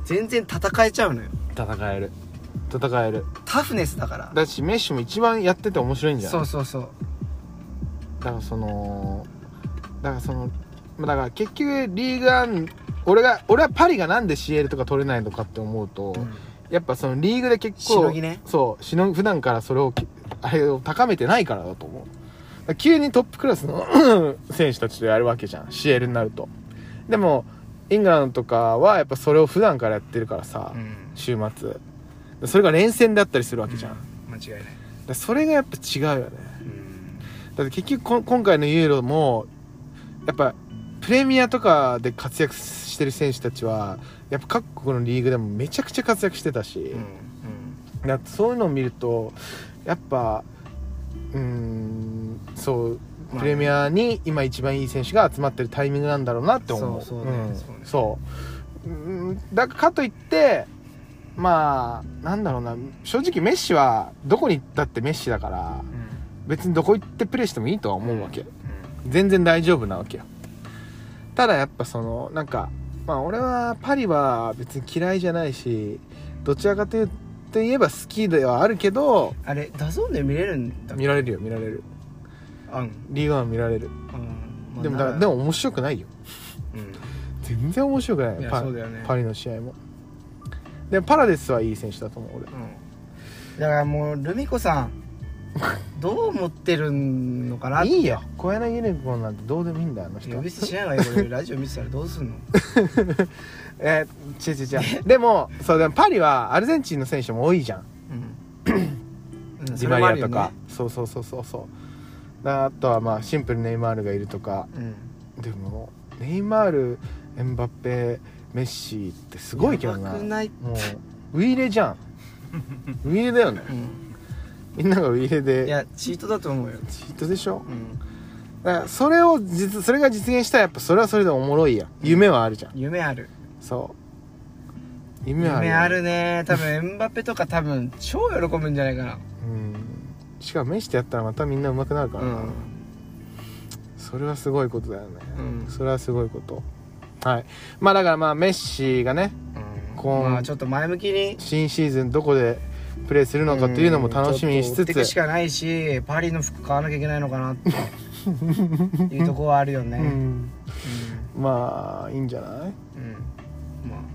Speaker 2: 全然戦えちゃうのよ
Speaker 1: 戦える戦える
Speaker 2: タフネスだから
Speaker 1: だしメッシも一番やってて面白いんじゃ
Speaker 2: そ
Speaker 1: な
Speaker 2: う
Speaker 1: い
Speaker 2: そうそう
Speaker 1: だからそのだからそのまあだから結局リーグアン俺が俺はパリがなんで CL とか取れないのかって思うと、やっぱそのリーグで結構
Speaker 2: しのぎね
Speaker 1: そうしの普段からそれをきあれを高めてないからだと思うだから急にトップクラスの 選手たちとやるわけじゃん CL になるとでもイングランドとかはやっぱそれを普段からやってるからさ、
Speaker 2: うん
Speaker 1: 週末それが連戦だったりするわけじゃん、
Speaker 2: 間違いな
Speaker 1: だ
Speaker 2: い
Speaker 1: からそれがやっぱ違うよねだって結局こ今回のユーロもやっぱプレミアとかで活躍してる選手たちはやっぱ各国のリーグでもめちゃくちゃ活躍してたし、
Speaker 2: うん
Speaker 1: だってそういうのを見るとやっぱうーんそう
Speaker 2: まあ
Speaker 1: プレミアに今一番いい選手が集まってるタイミングなんだろうなって思う
Speaker 2: そうそうね
Speaker 1: ん
Speaker 2: そうね
Speaker 1: そううんだからかといってまあなんだろうな正直メッシはどこに行ったってメッシだから別にどこ行ってプレーしてもいいとは思うわけ全然大丈夫なわけよただやっぱそのなんかまあ俺はパリは別に嫌いじゃないしどちらかというと言えば好きではあるけど
Speaker 2: あれダゾーンで見れるんだっけ
Speaker 1: 見られるよ見られる
Speaker 2: あん、
Speaker 1: リーグワン見られる
Speaker 2: うんまあ
Speaker 1: でもだか
Speaker 2: な
Speaker 1: らでも面白くないよ
Speaker 2: うん
Speaker 1: 全然面白くないよ
Speaker 2: いや
Speaker 1: パ
Speaker 2: そうだよね
Speaker 1: パリの試合もでもパラデスはいい選手だと思う俺
Speaker 2: だからもうルミ子さんどう思ってるのかないい
Speaker 1: いよ小柳ユニコーンなんてどうでもいいんだよあの人
Speaker 2: 呼び捨てしないわよ俺ラジオ見てたらどうすんの
Speaker 1: えー、違う違う違うでもそうでもパリはアルゼンチンの選手も多いじゃん
Speaker 2: うんうん
Speaker 1: ディマリアとかそう,、そうそうそうそうだあとはまあシンプルネイマールがいるとか
Speaker 2: それもあるよ
Speaker 1: でも
Speaker 2: ね
Speaker 1: ネイマールエンバッペメッシってすごいけどな
Speaker 2: やばくない
Speaker 1: もうウイイレじ ゃんウイイレだよね
Speaker 2: う
Speaker 1: み
Speaker 2: ん、
Speaker 1: んながウイイレ
Speaker 2: うん、い
Speaker 1: で
Speaker 2: やチートだと思うよ
Speaker 1: チートでしょ
Speaker 2: うん
Speaker 1: だからそれを実それが実現したらやっぱそれはそれでおもろいやん夢はあるじゃん
Speaker 2: 夢ある
Speaker 1: そう夢
Speaker 2: 夢
Speaker 1: は
Speaker 2: あ
Speaker 1: ある
Speaker 2: るね多分エンバペとか多分超喜ぶんじゃないかな
Speaker 1: うんしかもメッシとやったらまたみんな上手くなるから
Speaker 2: う
Speaker 1: な、
Speaker 2: ん
Speaker 1: それはすごいことだよね、
Speaker 2: うん
Speaker 1: それはすごいことはいまあだからまあメッシがねこう
Speaker 2: まあちょっと前向きに
Speaker 1: 新シーズンどこでプレーするのかっていうのも楽しみにしつ
Speaker 2: うんちょっと追ってくし
Speaker 1: つ
Speaker 2: かないしパリの服買わなきゃいけないのか なっていうとこはあるよ
Speaker 1: う
Speaker 2: ね
Speaker 1: んまあいいんじゃない
Speaker 2: うん、うんま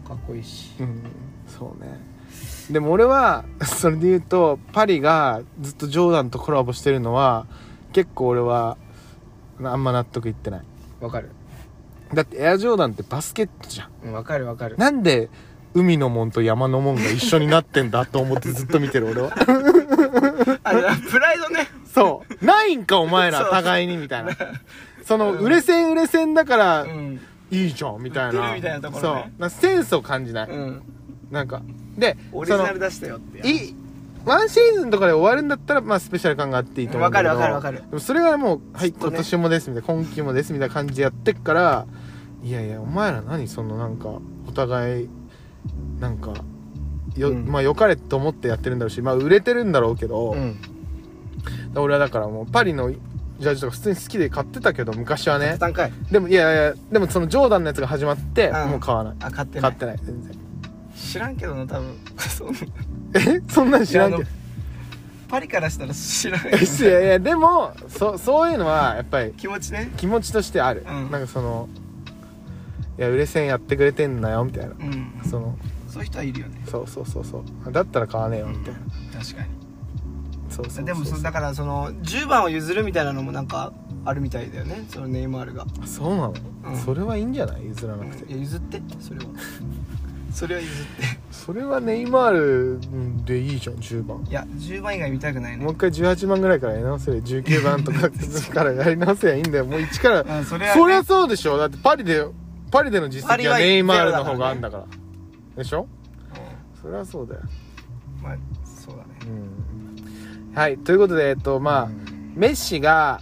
Speaker 2: あかっこいいし
Speaker 1: うんそうねでも俺は それで言うとパリがずっとジョーダンとコラボしてるのは結構俺はあんま納得いってない
Speaker 2: わかる
Speaker 1: だってエアジョーダンってバスケットじゃん
Speaker 2: うんわかるわかる
Speaker 1: なんで海のもんと山のもんが一緒になってんだと思ってずっと見てる俺は
Speaker 2: あれプライドね
Speaker 1: そう。ないんか、お前ら、
Speaker 2: そう
Speaker 1: 互いに、みたいな。その、
Speaker 2: うん
Speaker 1: 売れ線売れ線だから
Speaker 2: う、ん
Speaker 1: いいじゃん、みたい
Speaker 2: 売って
Speaker 1: な。
Speaker 2: るみたいなとこ
Speaker 1: そう
Speaker 2: ろね。
Speaker 1: なセンスを感じない。
Speaker 2: うん
Speaker 1: なんか。で、
Speaker 2: オリ
Speaker 1: そ
Speaker 2: ジ
Speaker 1: の
Speaker 2: ナル出したよって
Speaker 1: いい、ワンシーズンとかで終わるんだったら、まあ、スペシャル感があっていいと思うんだけど。
Speaker 2: わかるわかるわかる
Speaker 1: でもそれがもう、はい、
Speaker 2: ずっとね
Speaker 1: 今年もです、みたいな、今季もです、みたいな感じでやってっから、いやいや、お前ら何、その、なんか、お互い、なんか、よ、
Speaker 2: うん
Speaker 1: まあ、良かれと思ってやってるんだろうし、まあ、売れてるんだろうけど、
Speaker 2: うん
Speaker 1: 俺はだからもうパリのジャージとか普通に好きで買ってたけど昔はね
Speaker 2: 負担かい
Speaker 1: でもいやいやでもそのジョーダンのやつが始まって
Speaker 2: うん
Speaker 1: もう買わない
Speaker 2: あ買ってな
Speaker 1: 買
Speaker 2: い
Speaker 1: ってない全然
Speaker 2: 知らんけどな多分 そう
Speaker 1: え そんなん知らん
Speaker 2: い
Speaker 1: けど
Speaker 2: やあのパリからしたら知らん
Speaker 1: いやいやでもそそういうのはやっぱり
Speaker 2: 気持ちね
Speaker 1: 気持ちとしてある、
Speaker 2: うん
Speaker 1: なんかそのいや売れ線やってくれてんだよみたいな
Speaker 2: うん
Speaker 1: その
Speaker 2: そういう人はいるよね
Speaker 1: そうそうそうそうだったら買わねえよみたいな、
Speaker 2: 確かに
Speaker 1: そうそうそう
Speaker 2: でもそ
Speaker 1: そ
Speaker 2: だからその10番を譲るみたいなのもなんかあるみたいだよねそのネイマールが
Speaker 1: そうなの、
Speaker 2: うん
Speaker 1: それはいいんじゃない譲らなくて、
Speaker 2: いや譲ってそれはそれは譲って
Speaker 1: それはネイマールでいいじゃん10番
Speaker 2: いや10番以外見たくないね
Speaker 1: もう一回18番ぐらいからやり直せばいい19番とかからやり直せばいいんだよもう1から、
Speaker 2: うんそれはね
Speaker 1: そりゃそうでしょだってパリでパリでの実
Speaker 2: パ
Speaker 1: 績
Speaker 2: リ
Speaker 1: は
Speaker 2: は
Speaker 1: ネイマールの方があるんだからでしょそりゃそうだよ、
Speaker 2: まあそうだね
Speaker 1: うん、はいということでえっとまあ、メッシが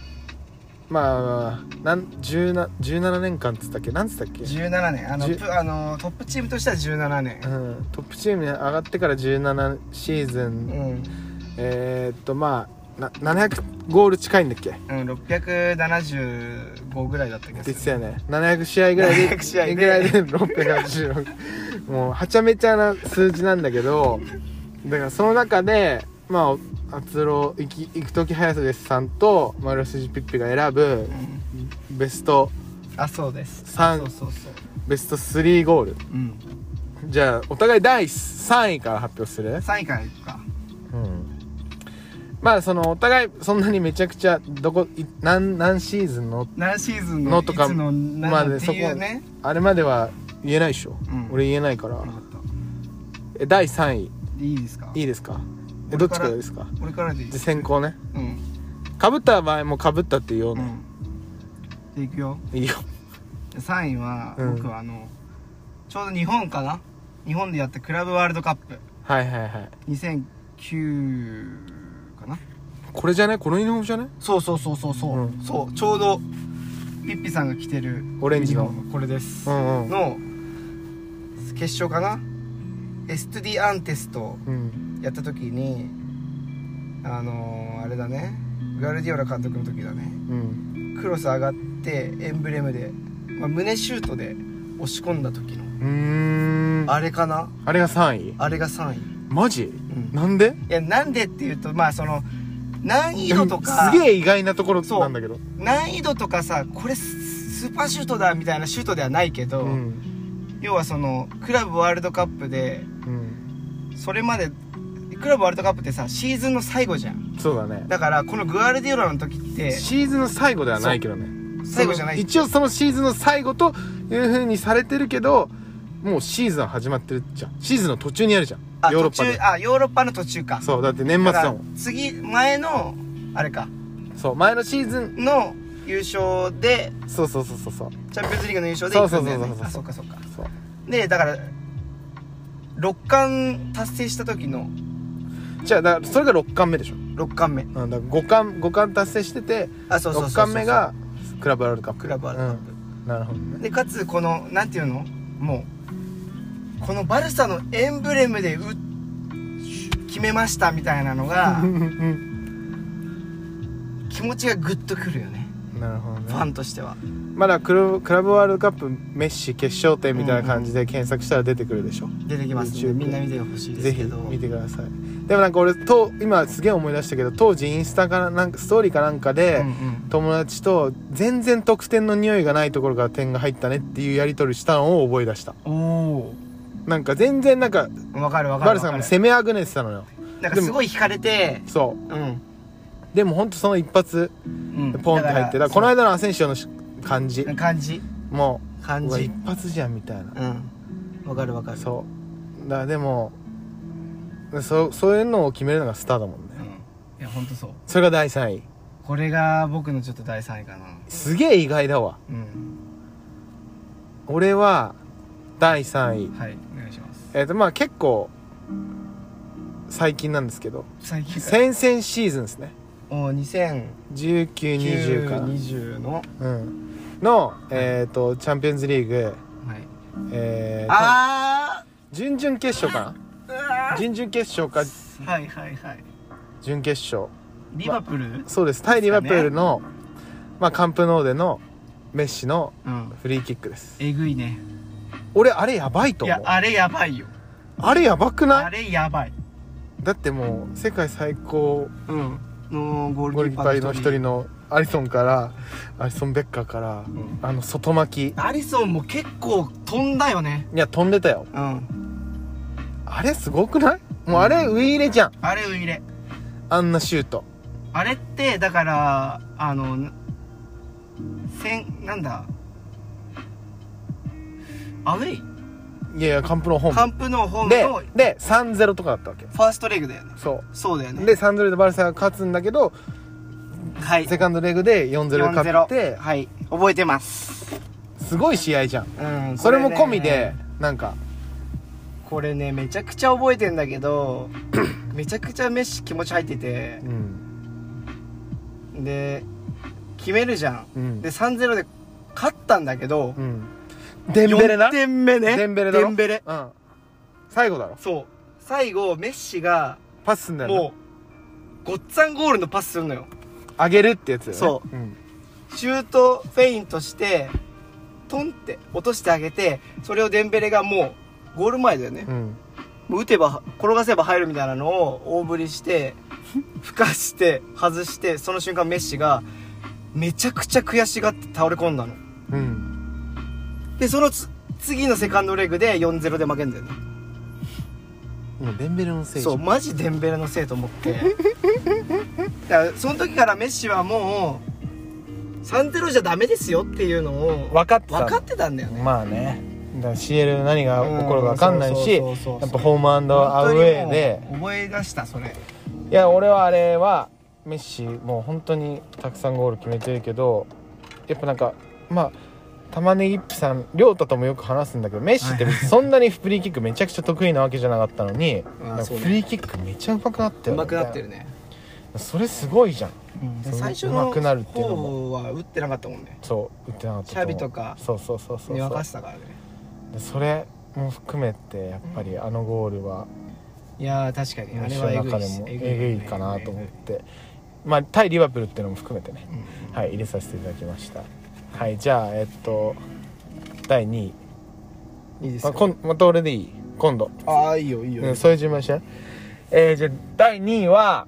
Speaker 1: まあなん17 17年間っつったっけなんつったっけ、
Speaker 2: 17年あの
Speaker 1: 10
Speaker 2: プあのトップチームとしては17年
Speaker 1: うん、トップチームに上がってから17シーズン、
Speaker 2: うん、
Speaker 1: えーっとまあな700ゴール近いんだっけ
Speaker 2: うん、675ぐらいだった気が
Speaker 1: っ
Speaker 2: す
Speaker 1: て言
Speaker 2: る
Speaker 1: ってたよね700試合ぐらいで
Speaker 2: 700試合で
Speaker 1: ぐらいで686もうはちゃめちゃな数字なんだけどだからその中でまあ篤郎行き行く時早瀬さんとマルスジピッピが選ぶ
Speaker 2: うん
Speaker 1: ベスト
Speaker 2: あそうです
Speaker 1: 三
Speaker 2: そうそうそう
Speaker 1: ベスト3ゴール
Speaker 2: うん
Speaker 1: じゃあお互い第3位から発表する
Speaker 2: 3位からいくか
Speaker 1: うんまあそのお互いそんなにめちゃくちゃどこい何何シーズンの
Speaker 2: 何シーズンの
Speaker 1: のとか
Speaker 2: いつの何
Speaker 1: まで
Speaker 2: って
Speaker 1: そこ
Speaker 2: いうね
Speaker 1: あれまでは言えないでしょ、
Speaker 2: うん
Speaker 1: 俺言えないから
Speaker 2: わかった
Speaker 1: え第3位
Speaker 2: いいですか
Speaker 1: いいですかえど
Speaker 2: 俺
Speaker 1: っち
Speaker 2: から
Speaker 1: からですか
Speaker 2: 俺からでいい
Speaker 1: じゃあ先行ね
Speaker 2: うん
Speaker 1: かぶった場合もかぶったって言おう
Speaker 2: う
Speaker 1: ね、
Speaker 2: んでいくよ
Speaker 1: いいよ
Speaker 2: 3位は、
Speaker 1: うん
Speaker 2: 僕はあのちょうど日本かな日本でやったクラブワールドカップ
Speaker 1: はいはいはい
Speaker 2: 2009かな
Speaker 1: これじゃねこのユニフォームじゃね
Speaker 2: そうそうそうそうそう、
Speaker 1: うん
Speaker 2: そうちょうどピッピさんが着てる
Speaker 1: オレンジの
Speaker 2: これです
Speaker 1: うんうん
Speaker 2: の決勝かなエストゥディアンテスト
Speaker 1: うん
Speaker 2: やった時にあのーあれだねガルディオラ監督の時だね
Speaker 1: うん
Speaker 2: クロス上がってエンブレムで、まあ胸シュートで押し込んだ時の
Speaker 1: うーん
Speaker 2: あれかな
Speaker 1: あれが3位
Speaker 2: あれが3位、
Speaker 1: マジ
Speaker 2: うん、
Speaker 1: なんで
Speaker 2: いやなんでっていうとまあその難易度とか
Speaker 1: すげえ意外なところなんだけど
Speaker 2: 難易度とかさこれススーパーシュートだみたいなシュートではないけど、
Speaker 1: うん
Speaker 2: 要はそのクラブワールドカップで
Speaker 1: うん
Speaker 2: それまでクラブワールドカップってさシーズンの最後じゃん
Speaker 1: そうだね
Speaker 2: だからこのグアルディオラの時って
Speaker 1: シーズンの最後ではないけどね
Speaker 2: 最後じゃない
Speaker 1: 一応そのシーズンの最後というふうにされてるけどもうシーズン始まってるじゃんシーズンの途中にあるじゃん
Speaker 2: あ
Speaker 1: ヨーロ
Speaker 2: 途
Speaker 1: ッパ
Speaker 2: 中
Speaker 1: で
Speaker 2: あヨーロッパの途中か
Speaker 1: そうだって年末
Speaker 2: だか
Speaker 1: だ
Speaker 2: ら
Speaker 1: もん
Speaker 2: 次前のあれか
Speaker 1: そう前のシーズン
Speaker 2: の優勝で
Speaker 1: そうそうそうそうそう
Speaker 2: チャンピオンズリーグの優勝で行くんだよね
Speaker 1: そうそうそうそう
Speaker 2: あそっかそっか
Speaker 1: そう
Speaker 2: でだから6冠達成した時の
Speaker 1: じゃあだからそれが6巻目でしょ
Speaker 2: 6冠目
Speaker 1: うんだから5巻5巻達成してて
Speaker 2: あそうそうそうそう
Speaker 1: 6巻目がクラブワールドカップ
Speaker 2: クラブワールドカップ
Speaker 1: うんなるほどね
Speaker 2: でかつこのなんていうのもうこのバルサのエンブレムでう決めましたみたいな のが
Speaker 1: うんうん
Speaker 2: 気持ちがグッとくるよね
Speaker 1: うんなるほど
Speaker 2: ファ
Speaker 1: ね
Speaker 2: ンとしては
Speaker 1: まだクラブクラブワールドカップメッシ決勝点みたいな感じで検索したら出てくるでしょ、
Speaker 2: 出てきますんで
Speaker 1: YouTube
Speaker 2: みんな見てほしいで
Speaker 1: ぜ
Speaker 2: す
Speaker 1: ひ
Speaker 2: けど
Speaker 1: 見てくださいでもなんか俺と今すげえ思い出したけど当時インスタかななんかストーリーかなんかで、
Speaker 2: うんうん
Speaker 1: 友達と全然得点の匂いがないところから点が入ったねっていうやり取りしたのを覚え出した
Speaker 2: お
Speaker 1: なんか全然なんか
Speaker 2: おわかるわか
Speaker 1: バ
Speaker 2: る
Speaker 1: ル
Speaker 2: わ
Speaker 1: さ
Speaker 2: か
Speaker 1: ん
Speaker 2: る
Speaker 1: が攻めあぐねてたのよ
Speaker 2: なんかすごい惹かれて
Speaker 1: そ
Speaker 2: うん
Speaker 1: うでもほんとその一発
Speaker 2: うん
Speaker 1: ポンって入ってだからこの間のアセンシオのし感じ
Speaker 2: そう感じ
Speaker 1: もう
Speaker 2: 感
Speaker 1: うわ
Speaker 2: じ
Speaker 1: 一発じゃんみたいな
Speaker 2: うんわかるわかる
Speaker 1: そうだからでもそそういうのを決めるのがスターだもんね
Speaker 2: うんいやほんとそう
Speaker 1: それが第3位
Speaker 2: これが僕のちょっと第3位かな
Speaker 1: すげえ意外だわ
Speaker 2: うん
Speaker 1: 俺は第3位
Speaker 2: はいお願いします
Speaker 1: えっ、とまあ結構最近なんですけど
Speaker 2: 最近
Speaker 1: 先々シーズンですね
Speaker 2: お2000
Speaker 1: 1920か
Speaker 2: 20の、はい、
Speaker 1: ら、うん、の、えっ、とチャンピオンズリーグえー
Speaker 2: あ
Speaker 1: 準々決勝かな準々決勝か
Speaker 2: あはいはいはい
Speaker 1: 準決勝
Speaker 2: リバプール、
Speaker 1: そうです対リバプールの、まあ、カンプノーデのメッシの
Speaker 2: うん
Speaker 1: フリーキックです
Speaker 2: えぐいね
Speaker 1: 俺あれやばいと
Speaker 2: い
Speaker 1: 思
Speaker 2: や
Speaker 1: うあ
Speaker 2: あれやばいよ
Speaker 1: れやばく
Speaker 2: あ
Speaker 1: ない
Speaker 2: れやばい
Speaker 1: だってもう世界最高
Speaker 2: うんのゴ
Speaker 1: ゴー
Speaker 2: ー
Speaker 1: ル
Speaker 2: ル
Speaker 1: キー
Speaker 2: キー
Speaker 1: パ
Speaker 2: パ
Speaker 1: ー
Speaker 2: ー
Speaker 1: の
Speaker 2: の
Speaker 1: 一
Speaker 2: 一
Speaker 1: 人
Speaker 2: 人
Speaker 1: のアリソンからアリソン・ベッカーから、
Speaker 2: ん
Speaker 1: あの外巻き
Speaker 2: アリソンも結構飛んだよね
Speaker 1: いや飛んでたよ
Speaker 2: うん
Speaker 1: あれすごくないもうあれ上入れじゃん
Speaker 2: あれを入れ
Speaker 1: あんなシュート
Speaker 2: あれってだからあのせんなんだアウェイ
Speaker 1: いやいやカンプのホ
Speaker 2: カ
Speaker 1: ー
Speaker 2: ンプのホー
Speaker 1: ム
Speaker 2: ム
Speaker 1: で
Speaker 2: のフ
Speaker 1: で3-0とかだったわけ
Speaker 2: ァーストレグだよね
Speaker 1: そ
Speaker 2: そうだよ
Speaker 1: う
Speaker 2: ね
Speaker 1: で3-0でバルサが勝つんだけど
Speaker 2: はい
Speaker 1: セカンドレグで4-0で勝って
Speaker 2: はい覚えてます、
Speaker 1: すごい試合じゃん
Speaker 2: うん
Speaker 1: それも込み
Speaker 2: これ
Speaker 1: で
Speaker 2: ね
Speaker 1: なんか
Speaker 2: これねめちゃくちゃ覚えてんだ けどめちゃくちゃメッシ気持ち入ってて
Speaker 1: うん
Speaker 2: で決めるじゃん、
Speaker 1: うん
Speaker 2: で3-0で勝ったんだけど、
Speaker 1: うんデンベレな
Speaker 2: 4点目ね
Speaker 1: デンベレだろ
Speaker 2: デンベレ
Speaker 1: うん最後だろ
Speaker 2: そう最後メッシが
Speaker 1: パスすんだよな
Speaker 2: もうごっつぁんゴールのパスするのよ
Speaker 1: 上げるってやつだよね
Speaker 2: そ
Speaker 1: うん
Speaker 2: シュートフェイントしてトンって落としてあげてそれをデンベレがもうゴール前だよね、
Speaker 1: うん
Speaker 2: もう打てば転がせば入るみたいなのを大振りしてふかして外してその瞬間メッシがめちゃくちゃ悔しがって倒れ込んだの
Speaker 1: うん
Speaker 2: でそのつ次のセカンドレグで4-0で負けんだよね
Speaker 1: もうデンベレのせいじゃ
Speaker 2: そうんマジデンベレのせいと思って だからその時からメッシはもう3-0じゃダメですよっていうのを
Speaker 1: 分かってたの
Speaker 2: 分かってたんだよね
Speaker 1: まあねだから CL 何が起こるか分かんないし
Speaker 2: う
Speaker 1: や
Speaker 2: んそうそうそうそう
Speaker 1: っぱホームアウェーで
Speaker 2: 本当にもう思い出したそれ
Speaker 1: いや俺はあれはメッシもう本当にたくさんゴール決めてるけどやっぱなんかまあ玉ねぎっぴさん亮太ともよく話すんだけどメッシって別にそんなにフリーキックめちゃくちゃ得意なわけじゃなかったのに
Speaker 2: あー
Speaker 1: なんか
Speaker 2: そうね
Speaker 1: フリーキックめちゃうまくなったよ
Speaker 2: う
Speaker 1: ね
Speaker 2: まくなってるね
Speaker 1: みそれすごいじゃん
Speaker 2: うん
Speaker 1: そう
Speaker 2: 最初
Speaker 1: う
Speaker 2: の
Speaker 1: まくなるっていうのも
Speaker 2: 方は打ってなかったもんね
Speaker 1: そう打ってなかった
Speaker 2: シャビとか
Speaker 1: そうそうそうそう
Speaker 2: に
Speaker 1: そ
Speaker 2: 沸か
Speaker 1: う
Speaker 2: したからね
Speaker 1: でそれも含めてやっぱりあのゴールはい
Speaker 2: やー確かにあれ
Speaker 1: 私
Speaker 2: は
Speaker 1: の
Speaker 2: えぐ
Speaker 1: 中
Speaker 2: い
Speaker 1: で
Speaker 2: し
Speaker 1: もえぐいかなと思っ
Speaker 2: え
Speaker 1: てまあ対リバプールっていうのも含めてね
Speaker 2: ぐいうん
Speaker 1: はい入れさせていただきましたはいじゃあえっと第2位
Speaker 2: いいです
Speaker 1: まあ
Speaker 2: よ
Speaker 1: こんまた俺でいい今度
Speaker 2: ああいいよいいよ、
Speaker 1: うん、そういう順番にしてえー、じゃあ第2位は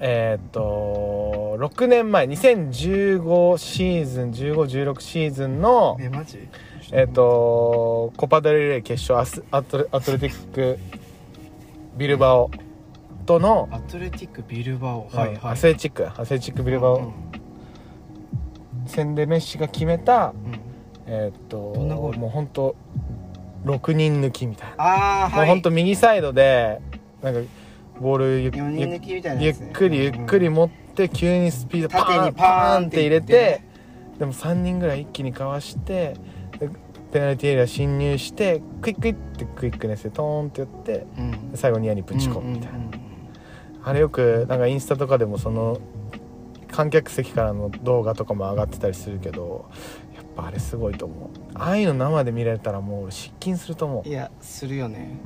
Speaker 1: えーっと6年前2015シーズン1516シーズンの
Speaker 2: えマジ
Speaker 1: えーっとコパドレレー決勝アスアトレアトレティックビルバオとの、
Speaker 2: アトレティックビルバオ
Speaker 1: うんアスレチックアスレチックビルバ
Speaker 2: う
Speaker 1: オ
Speaker 2: ん
Speaker 1: 戦でメッシが決めた
Speaker 2: うん
Speaker 1: えーっと
Speaker 2: どんなゴール
Speaker 1: もう本当6人抜きみたいな、
Speaker 2: ああ
Speaker 1: も
Speaker 2: は
Speaker 1: う
Speaker 2: い
Speaker 1: 本当右サイドでなんかボールゆっ
Speaker 2: 4
Speaker 1: ゆっ
Speaker 2: 人抜きみたいな
Speaker 1: ゆ
Speaker 2: や
Speaker 1: っ
Speaker 2: つね
Speaker 1: くりゆっくり
Speaker 2: うん
Speaker 1: 持って急にスピードパ
Speaker 2: 縦
Speaker 1: ーン
Speaker 2: にパーン
Speaker 1: って入れてでも3人ぐらい一気にかわしてでペナルティーエリア進入してクイックイってクイックネスでトーンってやって
Speaker 2: うん
Speaker 1: で最後ニアにぶち込むみたいな、
Speaker 2: うんうん
Speaker 1: あれよくなんかインスタとかでもその観客席からの動画とかも上がってたりするけどやっぱあれすごいと思うああいうの生で見られたらもう俺失禁すると思う
Speaker 2: うんいやするよね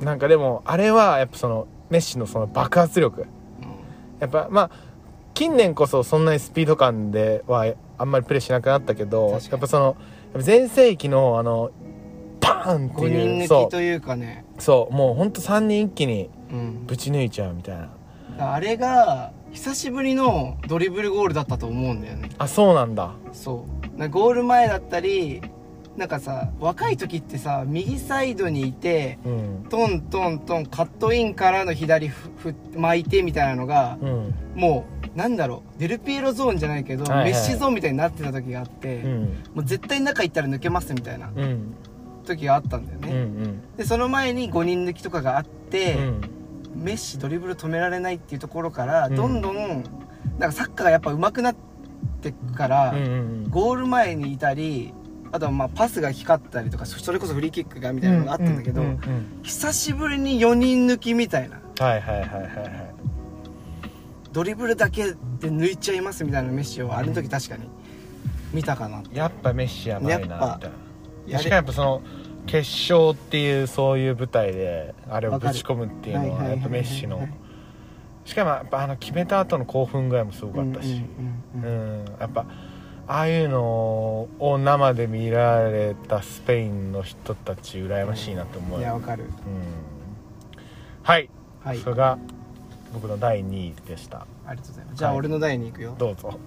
Speaker 1: うん、なんかでもあれはやっぱそのメッシのその爆発力
Speaker 2: うん
Speaker 1: やっぱまあ近年こそそんなにスピード感ではあんまりプレーしなくなったけど
Speaker 2: 確かに
Speaker 1: やっぱそのやっぱ全盛期のあのパーンって
Speaker 2: 5
Speaker 1: いう
Speaker 2: 人抜
Speaker 1: そ
Speaker 2: きというかね
Speaker 1: うそうもうほんと3人一気に
Speaker 2: うん
Speaker 1: ぶち抜いちゃうみたいな
Speaker 2: あれが久しぶりのドリブルゴールだったと思うんだよね
Speaker 1: あそうなんだ
Speaker 2: そうなゴール前だったりなんかさ若い時ってさ右サイドにいて
Speaker 1: うん
Speaker 2: トントントンカットインからの左ふふ巻いてみたいなのが
Speaker 1: うん
Speaker 2: もうなんだろうデルピエロゾーンじゃないけど、
Speaker 1: はいはい
Speaker 2: メッシゾーンみたいになってた時があって、
Speaker 1: うん
Speaker 2: もう絶対中行ったら抜けますみたいな
Speaker 1: うん
Speaker 2: 時があったんだよ
Speaker 1: うんう
Speaker 2: ね、
Speaker 1: ん
Speaker 2: でその前に5人抜きとかがあっ
Speaker 1: う
Speaker 2: て、
Speaker 1: ん
Speaker 2: メッシドリブル止められないっていうところから
Speaker 1: うん
Speaker 2: どんどんなんかサッカーがやっぱ上手くなってくから、
Speaker 1: うんうん
Speaker 2: ゴール前にいたりあとはまあパスが光ったりとかそれこそフリーキックがみたいなのがあったんだけど、
Speaker 1: うううん
Speaker 2: 久しぶりに4人抜きみたいな
Speaker 1: はいはいはいはいはい
Speaker 2: ドリブルだけで抜いちゃいますみたいなメッシをあの時確かに見たかな
Speaker 1: やっぱメッシやばいなみたい
Speaker 2: やっぱ
Speaker 1: な確かにやっぱその決勝っていうそういう舞台であれをぶち込むっていうの
Speaker 2: わ
Speaker 1: は
Speaker 2: かる
Speaker 1: やっぱメッシ
Speaker 2: は
Speaker 1: の
Speaker 2: いはいは
Speaker 1: しかもやっぱあの決めた後の興奮具合もすごかったし
Speaker 2: う
Speaker 1: うん
Speaker 2: うん
Speaker 1: ん
Speaker 2: うん
Speaker 1: やっぱああいうのを生で見られたスペインの人たち羨ましいなと思
Speaker 2: いうや
Speaker 1: よ
Speaker 2: わかる
Speaker 1: うんはい
Speaker 2: はい
Speaker 1: それが僕の第2位でした
Speaker 2: ありがとうございますじゃあ
Speaker 1: はい
Speaker 2: 俺の代に行くよ
Speaker 1: どうぞ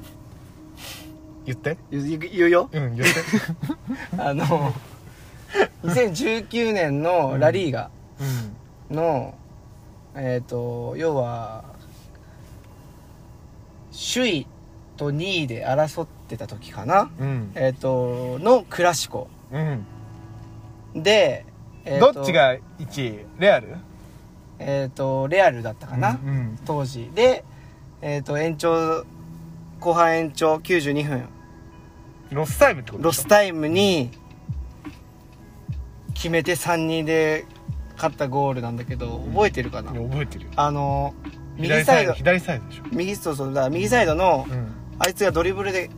Speaker 1: 言って
Speaker 2: 言う言うよ
Speaker 1: うん言って
Speaker 2: あの2019年のラリーガ
Speaker 1: う
Speaker 2: の、えっ、と要は首位と2位で争ってた時かな、
Speaker 1: んうん
Speaker 2: えっ、とのクラシコ
Speaker 1: うん
Speaker 2: で、えーと
Speaker 6: どっちが1位レアル
Speaker 2: えっ、とレアルだったかな、
Speaker 1: うん
Speaker 2: 当時で、えっと延長後半延長92分
Speaker 1: ロスタイムってこと
Speaker 2: ロスタイムに決めて3-2で勝ったゴールなんだけど覚えてるかな、
Speaker 1: 覚えてるよ
Speaker 2: あの右
Speaker 1: 左
Speaker 2: サ
Speaker 1: サ
Speaker 2: イ
Speaker 1: イ
Speaker 2: ド
Speaker 1: ド左サイドでしょ
Speaker 2: 右そうそうだから右サイドの
Speaker 1: うん
Speaker 2: あいつがドリブルで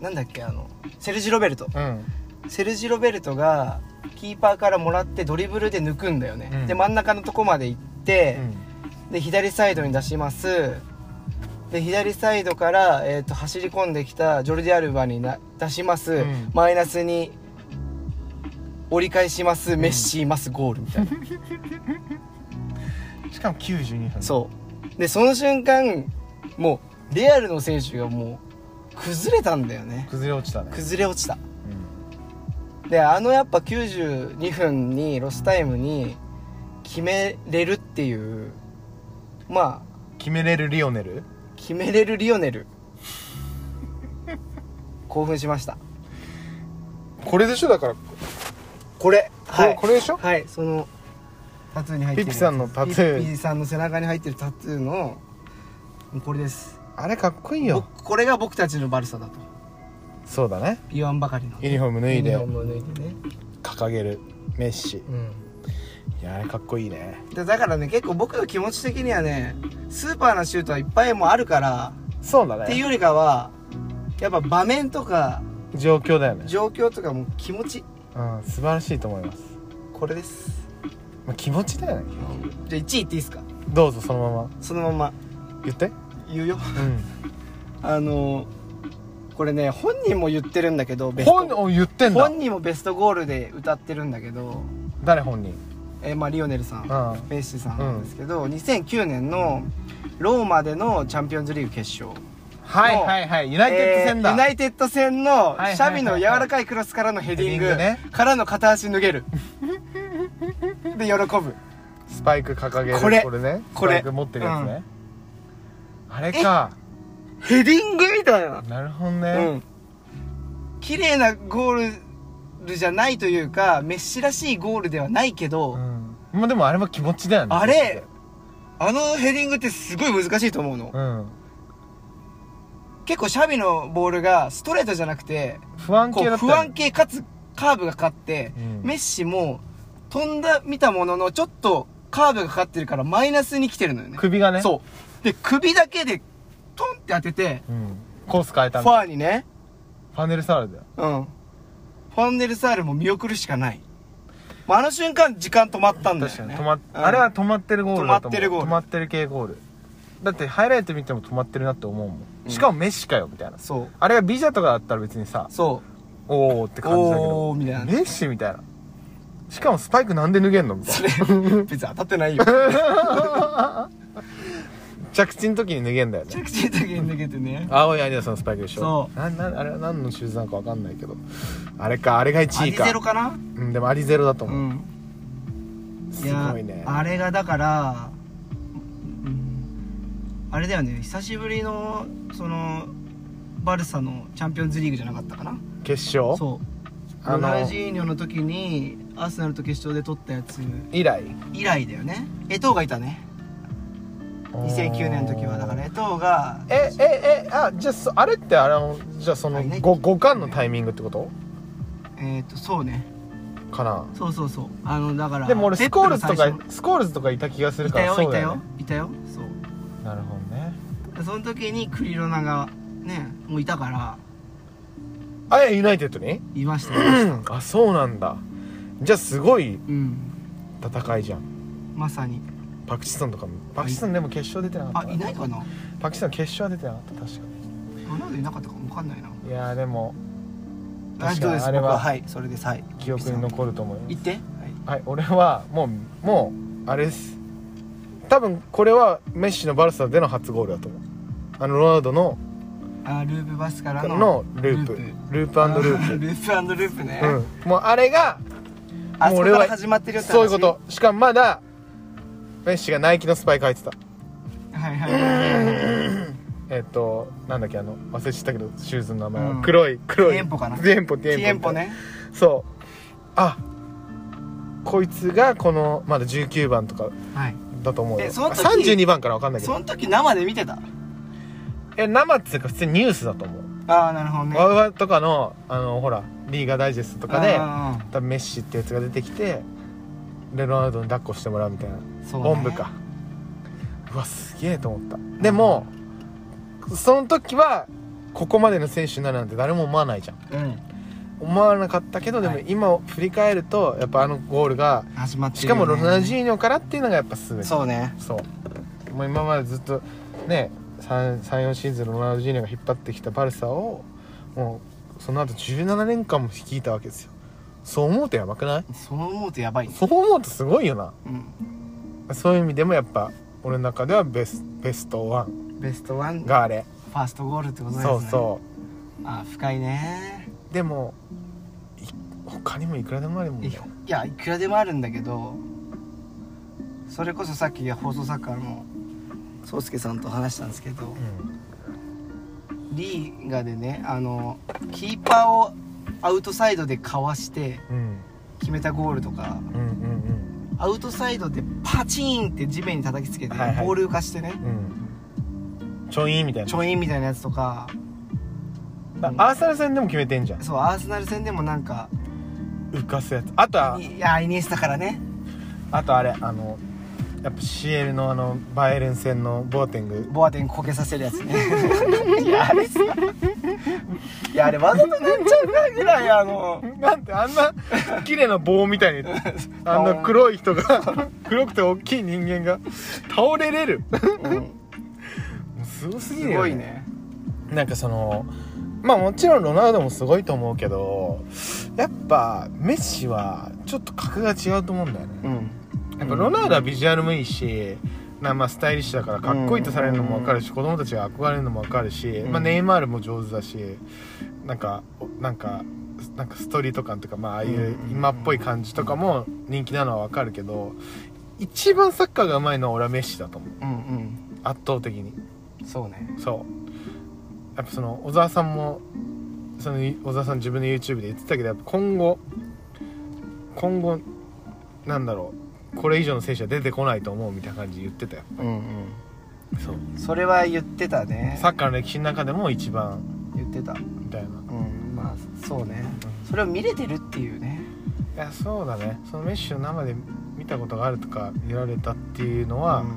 Speaker 2: なんだっけあのセルジ・ロベルト
Speaker 1: うん
Speaker 2: セルジ・ロベルトがキーパーからもらってドリブルで抜くんだよね、
Speaker 1: うん
Speaker 2: で真ん中のとこまで行って、
Speaker 1: う
Speaker 2: で左サイドに出しますで左サイドから、えー、と走り込んできたジョルディ・アルバにな出します、
Speaker 1: うん
Speaker 2: マイナスに折り返します、メッシいますゴールみたいな
Speaker 1: んしかも92分
Speaker 2: そうでその瞬間もうレアルの選手がもう崩れたんだよね
Speaker 1: 崩れ落ちたね
Speaker 2: 崩れ落ちたであのやっぱ92分にロスタイムに決めれるっていうまあ
Speaker 1: 決めれるリオネル
Speaker 2: 決めれるリオネ ル興奮しました
Speaker 1: これでしょだから
Speaker 2: これはい
Speaker 1: これでしょ
Speaker 2: はいそのタトゥーに入ってる
Speaker 1: ピピさんのタトゥー
Speaker 2: ピピさんの背中に入ってるタトゥーのこれです
Speaker 1: あれかっこいいよ
Speaker 2: 僕これが僕たちのバルサだと
Speaker 1: そうだね
Speaker 2: 言わんばかりの
Speaker 1: ユニフォーム脱いで
Speaker 2: ユニフォームを脱いでね
Speaker 1: 掲げるメッシ
Speaker 2: うん
Speaker 1: いやあれかっこいいね
Speaker 2: でだからね結構僕の気持ち的にはねスーパーなシュートはいっぱいもうあるから
Speaker 1: そうだ
Speaker 2: っていう
Speaker 1: ね
Speaker 2: よりかはやっぱ場面とか
Speaker 1: 状況だよね、
Speaker 2: 状況とかもう気持ち
Speaker 1: うん、素晴らしいと思います、
Speaker 2: これです
Speaker 1: まあ、気持ちだよね
Speaker 2: じゃあ1位いっていいですか
Speaker 1: どうぞそのまま
Speaker 2: そのまま
Speaker 1: 言って
Speaker 2: 言うよ
Speaker 1: う
Speaker 2: あのこれね本人も言ってるんだけどベ
Speaker 1: ん
Speaker 2: スト
Speaker 1: 本を言ってんだ
Speaker 2: 本人もベストゴールで歌ってるんだけど、
Speaker 1: 誰本人
Speaker 2: えーまあ、リオネルさん、
Speaker 1: う
Speaker 2: メッシさんなんですけど、2009年のローマでのチャンピオンズリーグ決勝
Speaker 1: はいはいはいユナイテッド戦だ、
Speaker 2: えーユナイテッド戦の
Speaker 1: いはいはいはい
Speaker 2: シャビの柔らかいクロスからのヘディン
Speaker 1: ヘディ
Speaker 2: グ
Speaker 1: ングね
Speaker 2: からの片足脱げるで喜ぶ
Speaker 1: スパイク掲げる
Speaker 2: これ
Speaker 1: ね
Speaker 2: これ
Speaker 1: スパイク持ってるやつね、あれか
Speaker 2: ヘディングみたいな
Speaker 1: なるほど
Speaker 2: う
Speaker 1: ね、
Speaker 2: ん綺麗なゴールじゃないというかメッシらしいゴールではないけど、
Speaker 1: うんまあでもあれも気持ちだよね
Speaker 2: あれあのヘディングってすごい難しいと思うの、
Speaker 1: うん
Speaker 2: 結構シャビのボールがストレートじゃなくて
Speaker 1: 不安
Speaker 2: こ
Speaker 1: 系だ
Speaker 2: う
Speaker 1: った
Speaker 2: 不安系かつカーブがかかって、
Speaker 1: うん
Speaker 2: メッシも飛んだ見たもののちょっとカーブがかかってるからマイナスに来てるのよね
Speaker 1: 首がね
Speaker 2: そうで首だけでトンって当てて
Speaker 1: う、ん、コース変え
Speaker 2: フ
Speaker 1: たんだ
Speaker 2: ァーにね
Speaker 1: ファネルサールだよ
Speaker 2: うんファンデルサールも見送るしかない、まあ、あの瞬間時間止まったんだ
Speaker 1: 確か
Speaker 2: よ
Speaker 1: に
Speaker 2: ね
Speaker 1: 止まっ、
Speaker 2: うん
Speaker 1: あれは止まってるゴールだと思う
Speaker 2: 止まってるゴール
Speaker 1: 止まってる系ゴールだってハイライト見ても止まってるなって思うもん、しかもメッシかよみたいな
Speaker 2: そう
Speaker 1: あれがビジャとかだったら別にさ
Speaker 2: そ
Speaker 1: おーって
Speaker 2: う
Speaker 1: 感じだけど
Speaker 2: おーみたいな
Speaker 1: メッシみたいなしかもスパイクなんで脱げんのみたい な
Speaker 2: 別に当たってないよ
Speaker 1: 着地の時に脱げんだよね
Speaker 2: 着地の時に抜けてね
Speaker 1: 青いアディダスのスパイクでしょ
Speaker 2: そう
Speaker 1: なんなんあれは何のシューズなのか分かんないけどあれかあれが
Speaker 2: ア
Speaker 1: 1
Speaker 2: デ
Speaker 1: 位
Speaker 2: ィ
Speaker 1: か
Speaker 2: ゼロかな
Speaker 1: うん、でもアリゼロだと
Speaker 2: う
Speaker 1: 思う、
Speaker 2: ん
Speaker 1: すごいね
Speaker 2: あれがだから、うん、あれだよね久しぶりのそのバルサのチャンピオンズリーグじゃなかったかな
Speaker 1: 決勝
Speaker 2: そう
Speaker 1: あ
Speaker 2: ロ
Speaker 1: の
Speaker 2: ナウジーニョの時にアーセナルと決勝で取ったやつ
Speaker 1: 以来
Speaker 2: 以来だよねエトーがいたね2009年の時はだからエトーが
Speaker 1: えええあじゃあそあれってあれのじゃあその
Speaker 2: はいね
Speaker 1: 5, 五冠のタイミングってこと
Speaker 2: えっ、とそうね
Speaker 1: かな
Speaker 2: そうそうそうあのだから
Speaker 1: でも俺スコールズと
Speaker 2: ペ
Speaker 1: か
Speaker 2: ップの
Speaker 1: スコールズとかいた気がするか
Speaker 2: 最
Speaker 1: ら
Speaker 2: 初い
Speaker 1: そう
Speaker 2: た
Speaker 1: だ
Speaker 2: よ、
Speaker 1: よ、ね、
Speaker 2: いたよいたよそう
Speaker 1: なるほどね
Speaker 2: でその時にクリロナがねもういたから
Speaker 1: あえユナイテッドに
Speaker 2: いましたいま した
Speaker 1: あそうなんだじゃあすごい
Speaker 2: うん
Speaker 1: 戦いじゃん
Speaker 2: まさに
Speaker 1: パクチソンとかもパクチソンでも決勝出てなか
Speaker 2: あ
Speaker 1: った
Speaker 2: いないかな
Speaker 1: パクチソン決勝は出てなかった確か
Speaker 2: ロナウドいなかったかもわかんないな
Speaker 1: にいやーでも
Speaker 2: あ
Speaker 1: 確
Speaker 2: そう
Speaker 1: か
Speaker 2: で
Speaker 1: に
Speaker 2: す
Speaker 1: あれ
Speaker 2: 僕は
Speaker 1: は
Speaker 2: はいそれですはい
Speaker 1: 記憶に残ると思います
Speaker 2: 行ってはい
Speaker 1: はい、俺はもうもうあれです多分これはメッシのバルサでの初ゴールだと思うあのロナウドの
Speaker 2: あループバスからの
Speaker 1: のループループアンドル
Speaker 2: あ
Speaker 1: ープ
Speaker 2: ループアンドループね、
Speaker 1: うんもうあれが
Speaker 2: あそ
Speaker 1: もう
Speaker 2: こ
Speaker 1: 俺
Speaker 2: から
Speaker 1: は
Speaker 2: 始まってるよって話
Speaker 1: そういうことしかもまだメッシがナイキのスパイク入ってた
Speaker 2: はいはい
Speaker 1: えっ、となんだっけあの忘れちゃったけどシューズの名前は、
Speaker 2: うん
Speaker 1: 黒い黒い
Speaker 2: ティエンポかな
Speaker 1: ティエンポティエン
Speaker 2: テ
Speaker 1: ポ
Speaker 2: ィエンポね
Speaker 1: そうあこいつがこのまだ19番とか
Speaker 2: はい
Speaker 1: だと思うよ
Speaker 2: えその時
Speaker 1: 32番から分かんないけど
Speaker 2: その時生で見てた
Speaker 1: え生っつうか普通にニュースだと思う、
Speaker 2: ああなるほどね
Speaker 1: ワウワウとかのあのほらリーガーダイジェストとかで
Speaker 2: あ
Speaker 1: 多分メッシってやつが出てきてレロナウドに抱っこしてもらうみたいな、
Speaker 2: ーそうね
Speaker 1: おんぶかうわすげえと思ったでもその時はここまでの選手になるなんて誰も思わないじゃん
Speaker 2: うん
Speaker 1: 思わなかったけどでも
Speaker 2: はい
Speaker 1: 今を振り返るとやっぱあのゴールが
Speaker 2: 始まってる
Speaker 1: しかもロナウジ
Speaker 2: ジ
Speaker 1: ーニョからっていうのがやっぱすべて
Speaker 2: そうね
Speaker 1: そうもう今までずっとね34シーズンロナウジーニョが引っ張ってきたバルサをもうその後17年間も率いたわけですよそう思うとやばくない
Speaker 2: そう思うとやばいね
Speaker 1: そう思うとすごいよな
Speaker 2: うん
Speaker 1: そういう意味でもやっぱ俺の中ではベスベストワン
Speaker 2: ベストワンが
Speaker 1: があれ
Speaker 2: ファーストゴールってことですね
Speaker 1: そうそう
Speaker 2: あー深いね
Speaker 1: うでもい他にもいくらでもあるもん
Speaker 2: い
Speaker 1: ね
Speaker 2: やいくらでもあるんだけどそれこそさっき放送作家の宗介さんと話したんですけど
Speaker 1: うん
Speaker 2: リーガでねあのキーパーをアウトサイドでかわして
Speaker 1: うん
Speaker 2: 決めたゴールとか
Speaker 1: うんうん
Speaker 2: アウトサイドでパチーンって地面に叩きつけてボ
Speaker 1: はいはい
Speaker 2: ール浮かしてね、
Speaker 1: うんうんちょいみたい
Speaker 2: ち
Speaker 1: な
Speaker 2: ょいみたいなやつとか
Speaker 1: だアーサル戦でも決めてんじゃん
Speaker 2: そうアーセナル戦でもなんか
Speaker 1: 浮かすやつあとはい
Speaker 2: やイニエスタからね
Speaker 1: あとあれあのやっぱ CL のあのバイエルン戦のボーテング
Speaker 2: ボアテンこけさせるや つねいやあれさいやあれわざと塗っちゃうかぐらいあの
Speaker 1: なんてあんな綺麗な棒みた いにあんな黒い人が黒くて大きい人間が倒れ れるもうすごすぎ
Speaker 2: す
Speaker 1: るよ、
Speaker 2: ごいね
Speaker 1: なんかそのまあもちろんロナウドもすごいと思うけどやっぱメッシはちょっと格が違うと思うんだよね
Speaker 2: うん
Speaker 1: やっぱロナウドはビジュアルもいいし、なまあスタイリッシュだからかっこいいとされるのも分かるし、子供たちが憧れるのも分かるし、
Speaker 2: ん
Speaker 1: まあ、ネイマールも上手だしなんかなんかなんかストリート感とか、まあ、ああいう今っぽい感じとかも人気なのは分かるけど一番サッカーがうまいのは俺はメッシだと思う
Speaker 2: うん
Speaker 1: 圧倒的に
Speaker 2: うんそうね
Speaker 1: そうやっぱその小沢さんもその小沢さん自分の YouTube で言ってたけどやっぱ今後今後なんだろうこれ以上の選手は出てこないと思うみたいな感じで言ってたよ
Speaker 2: うん
Speaker 1: そう
Speaker 2: うんそれは言ってたね
Speaker 1: サッカーの歴史の中でも一番
Speaker 2: 言ってた
Speaker 1: みたいな
Speaker 2: うんまあそうねそれを見れてるっていうね
Speaker 1: いやそうだねそのメッシュを生で見たことがあるとか見られたっていうのは、
Speaker 2: うん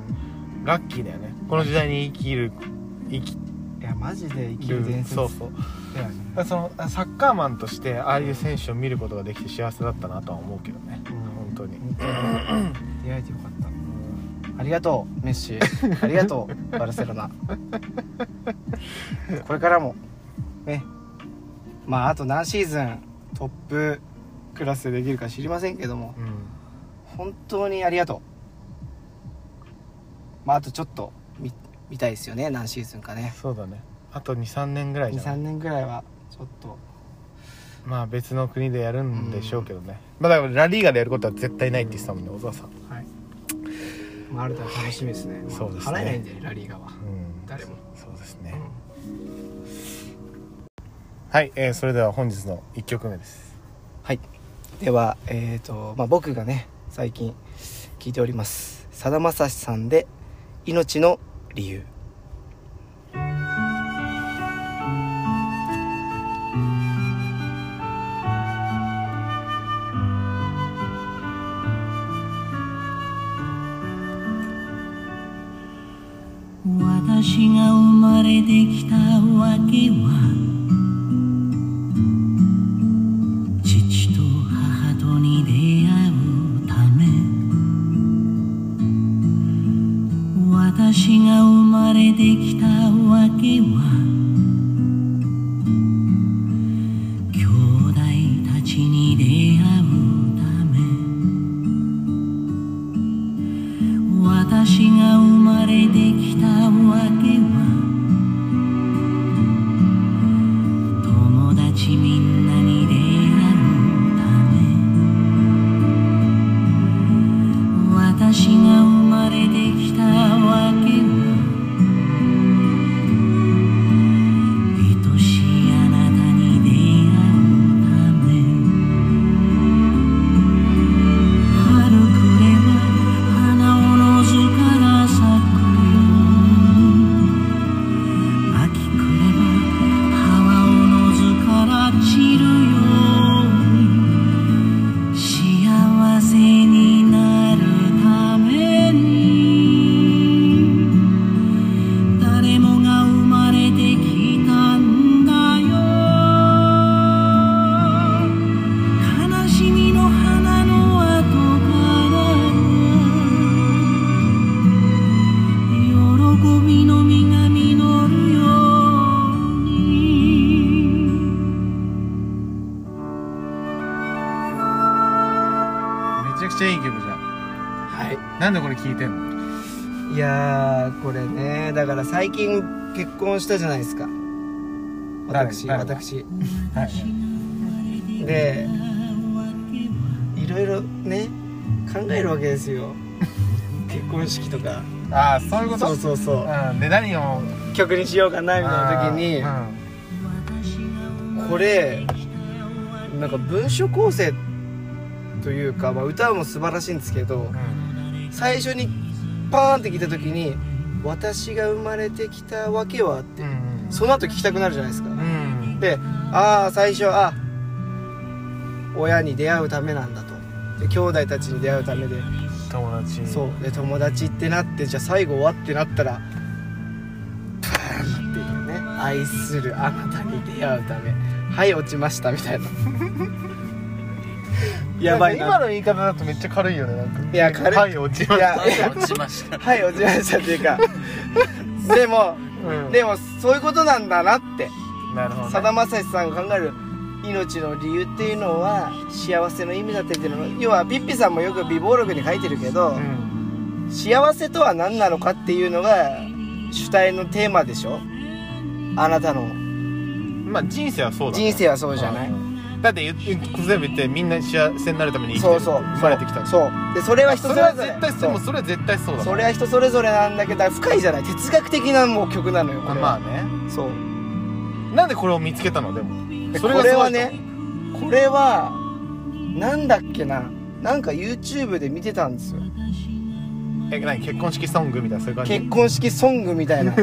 Speaker 1: ラッキーだよねこの時代に生きる生き
Speaker 2: いやマジで生きる
Speaker 1: る
Speaker 2: 伝説
Speaker 1: そうそう
Speaker 2: だよね
Speaker 1: だからそのサッカーマンとしてああいう選手を見ることができて幸せだったなとは思うけどね、
Speaker 2: う
Speaker 1: 本
Speaker 2: ん
Speaker 1: 当に、
Speaker 2: 出会えてよかったありがとうメッシありがとうバルセロ ナこれからもねまああと何シーズントップクラスでできるか知りませんけども
Speaker 1: うん、
Speaker 2: 本当にありがとうまああとちょっと見見たいですよね何シーズンかね
Speaker 1: そうだねあと23年ぐらいじゃ
Speaker 2: 23
Speaker 1: ん
Speaker 2: 年ぐらいはちょっと
Speaker 1: まあ別の国でやるんでしょうけどね、まあだからラリーガでやることは絶対ないって言ってたもんね小沢さん、
Speaker 2: はいまあある程度楽しみですね
Speaker 1: そうですね
Speaker 2: 払えないんでラリーガは
Speaker 1: うん、
Speaker 2: 誰も
Speaker 1: そうですね、はい、えーそれでは本日の1曲目です
Speaker 2: はい。では、えっ、と、まあ、僕がね、最近聞いております。さだまさしさんで、命の理由。
Speaker 7: 私が生まれてきたわけは父と母とに出会うため私が生まれてきたわけは兄弟たちに出会うため私が生まれてきたわけは友達みんなに出会うため私が生まれてきたわけは愛しいあなたに出会うため春暮れは花おのずから咲くよ秋暮れは葉おのずから散るよ幸せになるために誰もが生まれてきたんだよ悲しみの花の後から喜びの実が実るように
Speaker 1: めちゃくちゃいい曲じゃん
Speaker 2: はい。
Speaker 1: なんでこれ聴いてんの
Speaker 2: いやー、これね、だから最近結婚したじゃないですか。私、
Speaker 1: 誰誰
Speaker 2: 私。で、いろいろね、考えるわけですよ。結婚式とか。
Speaker 1: ああそういうこと
Speaker 2: そうそうそう。
Speaker 1: うん、で何を
Speaker 2: 曲にしようかな、みたいな時に。
Speaker 1: あ
Speaker 2: これなんか文書構成というか、まあ、歌も素晴らしいんですけど
Speaker 1: ーうん
Speaker 2: 最初にパーンって聞いた時に「私が生まれてきたわけは」って
Speaker 1: うん
Speaker 2: その後聞きたくなるじゃないですか
Speaker 1: うんうん
Speaker 2: でああ最初はあ親に出会うためなんだとで兄弟たちに出会うためで
Speaker 1: 友達
Speaker 2: そうで友達ってなってじゃあ最後はってなったらパーンっていうね愛するあなたに出会うためはい落ちましたみたいな やばいな
Speaker 1: なんか今の言い方だとめっちゃ軽いよねなんか
Speaker 2: いや軽い
Speaker 1: はい落ちま
Speaker 2: い
Speaker 1: し
Speaker 2: や
Speaker 1: た
Speaker 8: 落ちました
Speaker 2: はい落ちましたっていうかでも
Speaker 1: うん
Speaker 2: でもそういうことなんだなって
Speaker 1: なるほどね
Speaker 2: さだまさしさんが考える命の理由っていうのは幸せの意味だってっていうのは要はピッピさんもよく美貌録に書いてるけど、
Speaker 1: うん
Speaker 2: 幸せとは何なのかっていうのが主体のテーマでしょあなたの
Speaker 1: まあ人生はそうだね
Speaker 2: 人生はそうじゃない、
Speaker 1: だって言って全部言ってみんな幸せになるために生きて
Speaker 2: そ
Speaker 1: る
Speaker 2: うそう
Speaker 1: 生まれてきたんだ
Speaker 2: そうでそれは人
Speaker 1: そ
Speaker 2: そ
Speaker 1: れ
Speaker 2: れ
Speaker 1: は
Speaker 2: ぞれ
Speaker 1: 絶対そうもうそれは絶対そうだ
Speaker 2: それは人それぞれなんだけど深いじゃない哲学的なもう曲なのよ
Speaker 1: ま
Speaker 2: こ
Speaker 1: あ
Speaker 2: れ
Speaker 1: ま
Speaker 2: は、
Speaker 1: あね
Speaker 2: そう
Speaker 1: なんでこれを見つけたのでも
Speaker 2: で
Speaker 1: それ
Speaker 2: こ
Speaker 1: がすごい
Speaker 2: れ
Speaker 1: と思う
Speaker 2: はねこれはなんだっけななんか YouTube で見てたんですよ
Speaker 1: え何結婚式ソングみたいなそういう感じ
Speaker 2: 結婚式ソング みたいな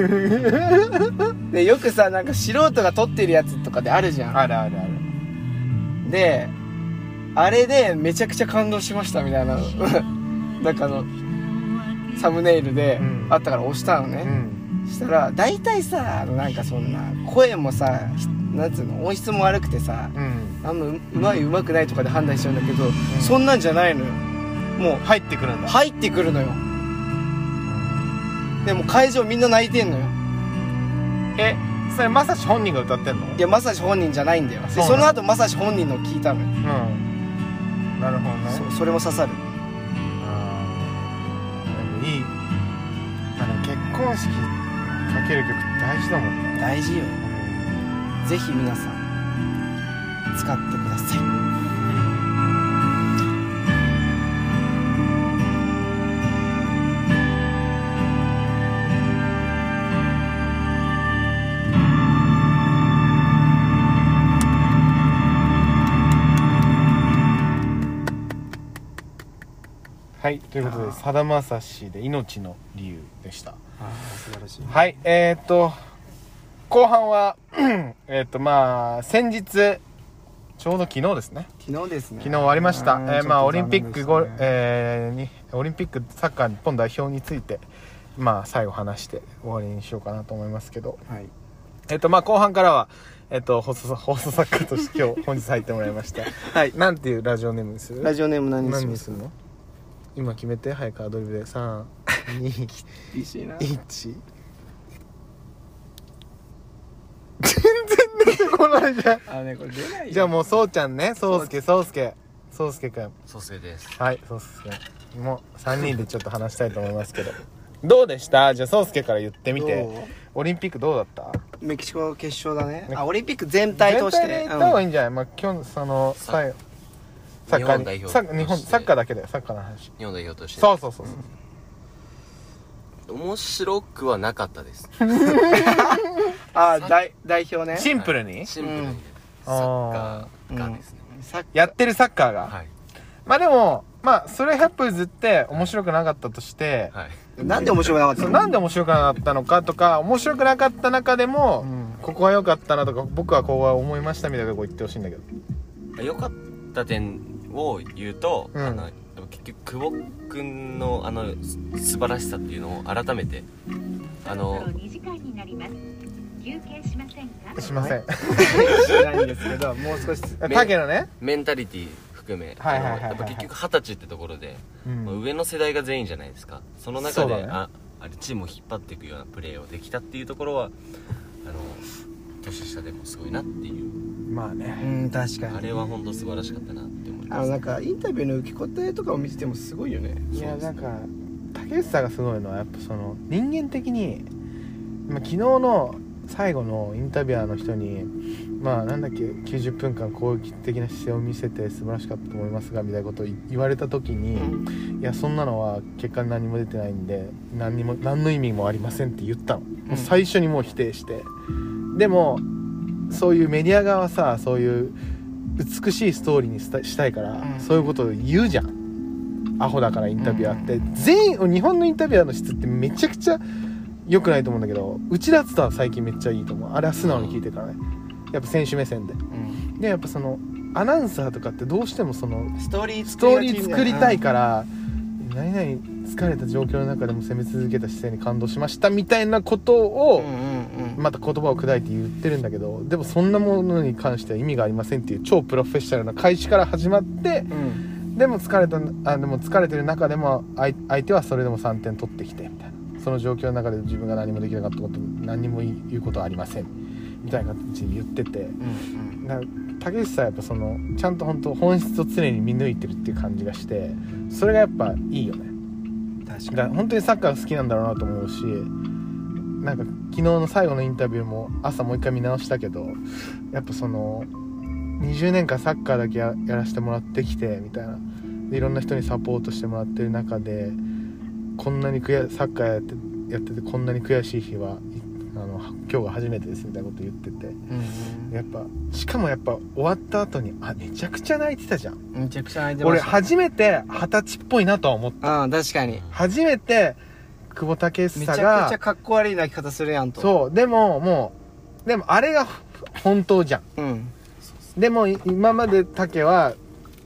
Speaker 2: でよくさなんか素人が撮ってるやつとかであるじゃん
Speaker 1: あるあるある
Speaker 2: であれでめちゃくちゃ感動しましたみたいな なんかあのサムネイルで
Speaker 1: うん
Speaker 2: あったから押したの
Speaker 1: う
Speaker 2: ね、
Speaker 1: ん
Speaker 2: したら大体さあのなんかそんな声もさひなんつうの音質も悪くてさ
Speaker 1: うん
Speaker 2: あんまううまいうまくないとかで判断しちゃうんだけど、そんなんじゃないのよも
Speaker 1: 入ってくるん
Speaker 2: う
Speaker 1: だ
Speaker 2: 入ってくるのよでも会場みんな泣いてんのよ
Speaker 1: えそれまさし本人が歌ってんの
Speaker 2: いやまさし本人じゃないんだよで
Speaker 1: そうな
Speaker 2: そ
Speaker 1: の
Speaker 2: の後まさし本人の聞いたのよ
Speaker 1: うんなるほどね
Speaker 2: そうそれも刺さる
Speaker 1: うんでもいいあの結婚式かける曲大事だもんね
Speaker 2: 大事よぜひ皆さん使ってください
Speaker 1: はいということでさだまさしで「命の理由」でした
Speaker 2: 素晴らしい
Speaker 1: はいえっ、ー、と後半は えっとまあ先日ちょうど昨日ですね
Speaker 2: 昨日ですね
Speaker 1: 昨日終わりました、
Speaker 2: うん
Speaker 1: えーまあ、
Speaker 2: ちょ
Speaker 1: オ
Speaker 2: っと
Speaker 1: リン
Speaker 2: 残
Speaker 1: ピ
Speaker 2: 念
Speaker 1: ック
Speaker 2: でしたね
Speaker 1: ゴル、えーにオリンピックサッカー日本代表について、まあ、最後話して終わりにしようかなと思いますけど、
Speaker 2: はい
Speaker 1: えっとまあ、後半からは、えっと放送放送作家として今日本日入ってもらいました
Speaker 2: はい
Speaker 1: なんていうラジオネームにする
Speaker 2: ラジオネーム何にし
Speaker 1: 何
Speaker 2: ま
Speaker 1: に
Speaker 2: す
Speaker 1: するの今決めて早くアドリブで321
Speaker 2: 厳しいな
Speaker 1: 全 然出てこないじゃん
Speaker 2: あのねこれ出ない
Speaker 1: じゃあもうそうちゃんねそうすけそうすけそうすけくん
Speaker 8: 蘇生です
Speaker 1: はい、そうっすね。もう3人でちょっと話したいと思いますけど。どうでしたじゃあ、そうすけから言ってみ
Speaker 2: どう
Speaker 1: て。オリンピックどうだった
Speaker 2: メキシコ決勝だねあオリンピック全体通し
Speaker 1: 全体
Speaker 2: て
Speaker 1: で行った方が
Speaker 2: う
Speaker 1: いいんじゃない、まあ、今日のその、
Speaker 8: サ
Speaker 1: 最後サ
Speaker 8: 日
Speaker 1: ッカー
Speaker 8: 本代
Speaker 1: に
Speaker 8: 表
Speaker 1: サッカー日本
Speaker 8: として
Speaker 1: サッカーだけだよ、サッカーの話。
Speaker 8: 日本代表として
Speaker 1: そうそうそう。
Speaker 8: 面白くはなかったです
Speaker 2: んあ代代表ね
Speaker 1: シンプルに
Speaker 8: シンプルにサッ
Speaker 1: あ
Speaker 8: カーがですね
Speaker 2: サッ
Speaker 1: やってるサッカーが。
Speaker 8: はい
Speaker 1: まあでも、まあ、それハプーズって面白くなかったとして、
Speaker 8: はい
Speaker 2: なんで面白くなかった
Speaker 1: そう
Speaker 2: の
Speaker 1: なんで面白くなかったのかとか、面白くなかった中でも、ここは良かったなとか、僕はこうは思いましたみたいなとこ言ってほしいんだけど。
Speaker 9: 良かった点を言うと、
Speaker 1: うん
Speaker 9: あのでも結局久保君のあのす素晴らしさっていうのを改めてあの
Speaker 10: 2時間になります休憩しませんか
Speaker 1: しません。
Speaker 2: 知らないんですけどもう少し
Speaker 1: 竹野ね。
Speaker 9: メンタリティ含め
Speaker 1: はいはいはいはい
Speaker 9: あのやっぱ結局二十歳ってところで、
Speaker 1: うん
Speaker 9: まあ上の世代が全員じゃないですかその中で、
Speaker 1: そうだね
Speaker 9: ああれチームを引っ張っていくようなプレーをできたっていうところはあの年下でもすごいなっていう
Speaker 1: まあ
Speaker 2: う
Speaker 1: ね
Speaker 2: ん確か
Speaker 9: あ
Speaker 2: に
Speaker 9: れは本当素晴らしかったなって思い
Speaker 2: あ
Speaker 9: ま
Speaker 2: の
Speaker 9: す
Speaker 2: なんかインタビューの受け答えとかを見ててもすごいよね
Speaker 1: いやなんか竹内さんがすごいのはやっぱその人間的に、まあ、昨日の最後のインタビュアーの人にまあなんだっけ90分間攻撃的な姿勢を見せて素晴らしかったと思いますがみたいなことを言われた時に、いやそんなのは結果に何も出てないんで何にも何の意味もありませんって言ったの、もう最初にもう否定してでもそういうメディア側はさそういう美しいストーリーにしたしたいから、
Speaker 2: うん
Speaker 1: そういうことを言うじゃんアホだからインタビュアーって、全員日本のインタビュアーの質ってめちゃくちゃ良くないと思うんだけどうちだったら最近めっちゃいいと思うあれは素直に聞いてるからねやっぱ選手目線ででやっぱそのアナウンサーとかってどうしてもその
Speaker 2: ストーリー
Speaker 1: ストーリー作りたい
Speaker 2: か
Speaker 1: から何々疲れた状況の中でも攻め続けた姿勢に感動しましたみたいなことを、
Speaker 2: うん
Speaker 1: また言葉を砕いて言ってるんだけどでもそんなものに関しては意味がありませんっていう超プロフェッショナルな開始から始まって
Speaker 2: うん
Speaker 1: でも疲れたあでも疲れてる中でも相相手はそれでも3点取ってきてみたいなその状況の中で自分が何もできなかったこと何も言うことはありませんみたいな形で言ってて
Speaker 2: うん
Speaker 1: な竹内さんやっぱそのちゃんと本当本質を常に見抜いてるっていう感じがしてそれがやっぱいいよね
Speaker 2: 確
Speaker 1: だから本当にサッカー好きなんだろうなと思うしなんか昨日の最後のインタビューも朝もう一回見直したけどやっぱその20年間サッカーだけややらせてもらってきてみたいなでいろんな人にサポートしてもらってる中でこんなに悔やサッカーやってやっててこんなに悔しい日はいあの今日が初めてですみたいなこと言っててやっぱしかもやっぱ終わった後にあめちゃくちゃ泣いてたじゃん
Speaker 2: にめちゃくちゃ泣いてま
Speaker 1: 俺
Speaker 2: した
Speaker 1: 初めて二十歳っぽいなとは思った
Speaker 2: うん確かに
Speaker 1: 初めて久保建
Speaker 2: め
Speaker 1: 英
Speaker 2: ちゃくちゃ
Speaker 1: が
Speaker 2: かっこ悪い泣き方するやんと
Speaker 1: そうでももうでもあれが ふ本当じゃん
Speaker 2: ううん
Speaker 1: でもい今まで武は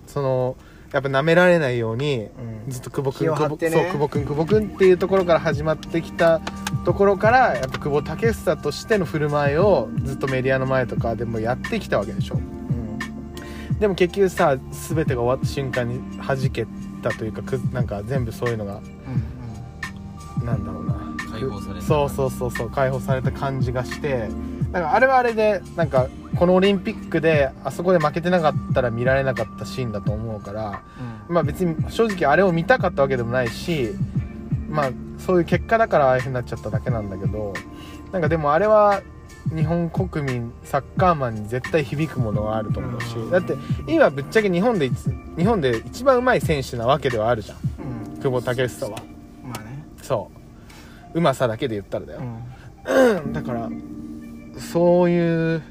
Speaker 1: そのやっぱ舐められないように
Speaker 2: うん
Speaker 1: ずっと久保
Speaker 2: 気
Speaker 1: 君
Speaker 2: を張
Speaker 1: 久
Speaker 2: っ
Speaker 1: 保
Speaker 2: てね
Speaker 1: そう久保君久保君っていうところから始まってきたところからやっぱ久保建英としての振る舞いをずっとメディアの前とかでもやってきたわけでしょでも結局さ全てが終わった瞬間に弾けたというかくなんか全部そういうのがなんだろうな
Speaker 9: 解放された
Speaker 1: そうそうそうそう解放された感じがしてなんかあれはあれでなんかこのオリンピックであそこで負けてなかったら見られなかったシーンだと思うから、まあ別に正直あれを見たかったわけでもないしまあそういう結果だからああいうふうになっちゃっただけなんだけどなんかでもあれは日本国民サッカーマンに絶対響くものがあると思うし、だって今ぶっちゃけ日本でいつ日本で一番うまい選手なわけではあるじゃん
Speaker 2: うん
Speaker 1: 久保建英は
Speaker 2: まあね
Speaker 1: そううまさだけで言ったらだよ、
Speaker 2: うん
Speaker 1: だからそういう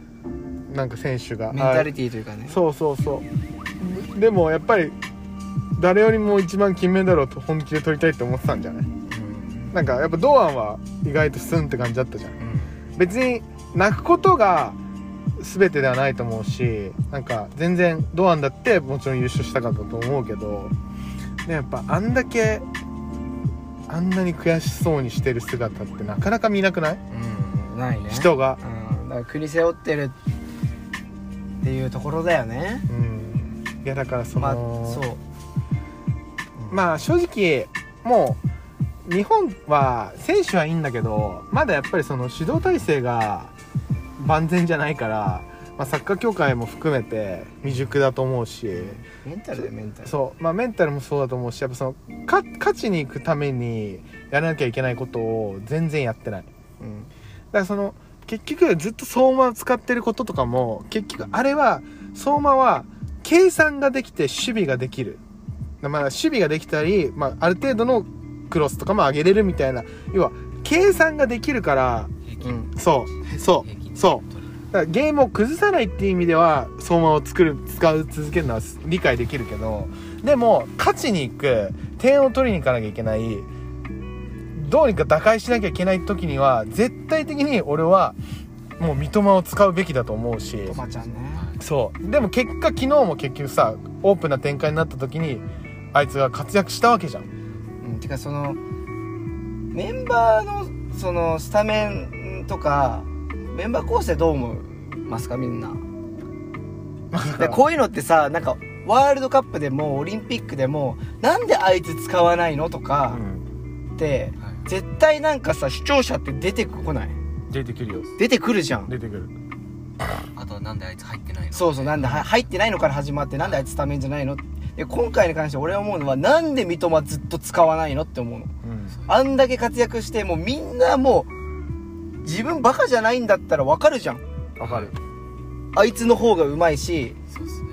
Speaker 1: なんか選手が
Speaker 2: メンタリティーというかね
Speaker 1: あそうそうそうでもやっぱり誰よりも一番金メダルを本気で取りたいって思ってたんじゃないなんかやっぱ堂安は意外とスンって感じだったじゃん別に泣くことが全てではないと思うしなんか全然堂安だってもちろん優勝したかったと思うけどでやっぱあんだけあんなに悔しそうにしてる姿ってなかなか見なくない
Speaker 2: うんないね
Speaker 1: 人が
Speaker 2: うんだから国背負ってるっていうところだよね
Speaker 1: うんいやだからその、
Speaker 2: まあそう
Speaker 1: まあ正直もう日本は選手はいいんだけどまだやっぱりその指導体制が万全じゃないから、まあ、サッカー協会も含めて未熟だと思うし
Speaker 2: メンタルでメンタル
Speaker 1: そう、まあ、メンタルもそうだと思うしやっぱそのか勝ちに行くためにやらなきゃいけないことを全然やってない。
Speaker 2: うん
Speaker 1: だからその結局ずっと相馬を使ってることとかも結局あれは相馬は計算ができて守備ができる、まあ、守備ができたり、まあ、ある程度のクロスとかも上げれるみたいな要は計算ができるから
Speaker 2: うん
Speaker 1: そうそうそうだからゲームを崩さないっていう意味では相馬を作る使う続けるのは理解できるけどでも勝ちに行く点を取りに行かなきゃいけないどうにか打開しなきゃいけない時には絶対的に俺はもう三笘を使うべきだと思うし
Speaker 2: おばちゃんね
Speaker 1: そうでも結果昨日も結局さオープンな展開になった時にあいつが活躍したわけじゃん
Speaker 2: うんてかそのメンバーのそのスタメンとかメンバー構成どう思いますかみんなでこういうのってさなんかワールドカップでもオリンピックでもなんであいつ使わないのとかって、絶対なんかさ視聴者って出てこない
Speaker 1: 出てくるよ
Speaker 2: 出てくるじゃん
Speaker 1: 出てくる
Speaker 9: あとはなんであいつ入ってないの
Speaker 2: そうそうなんでは入ってないのから始まってなんであいつスタメンじゃないので今回に関して俺は思うのはなんで三笘ずっと使わないのって思うのあんだけ活躍してもうみんなもう自分バカじゃないんだったらわかるじゃん
Speaker 1: わかる
Speaker 2: あいつの方がうまいし
Speaker 9: そうですね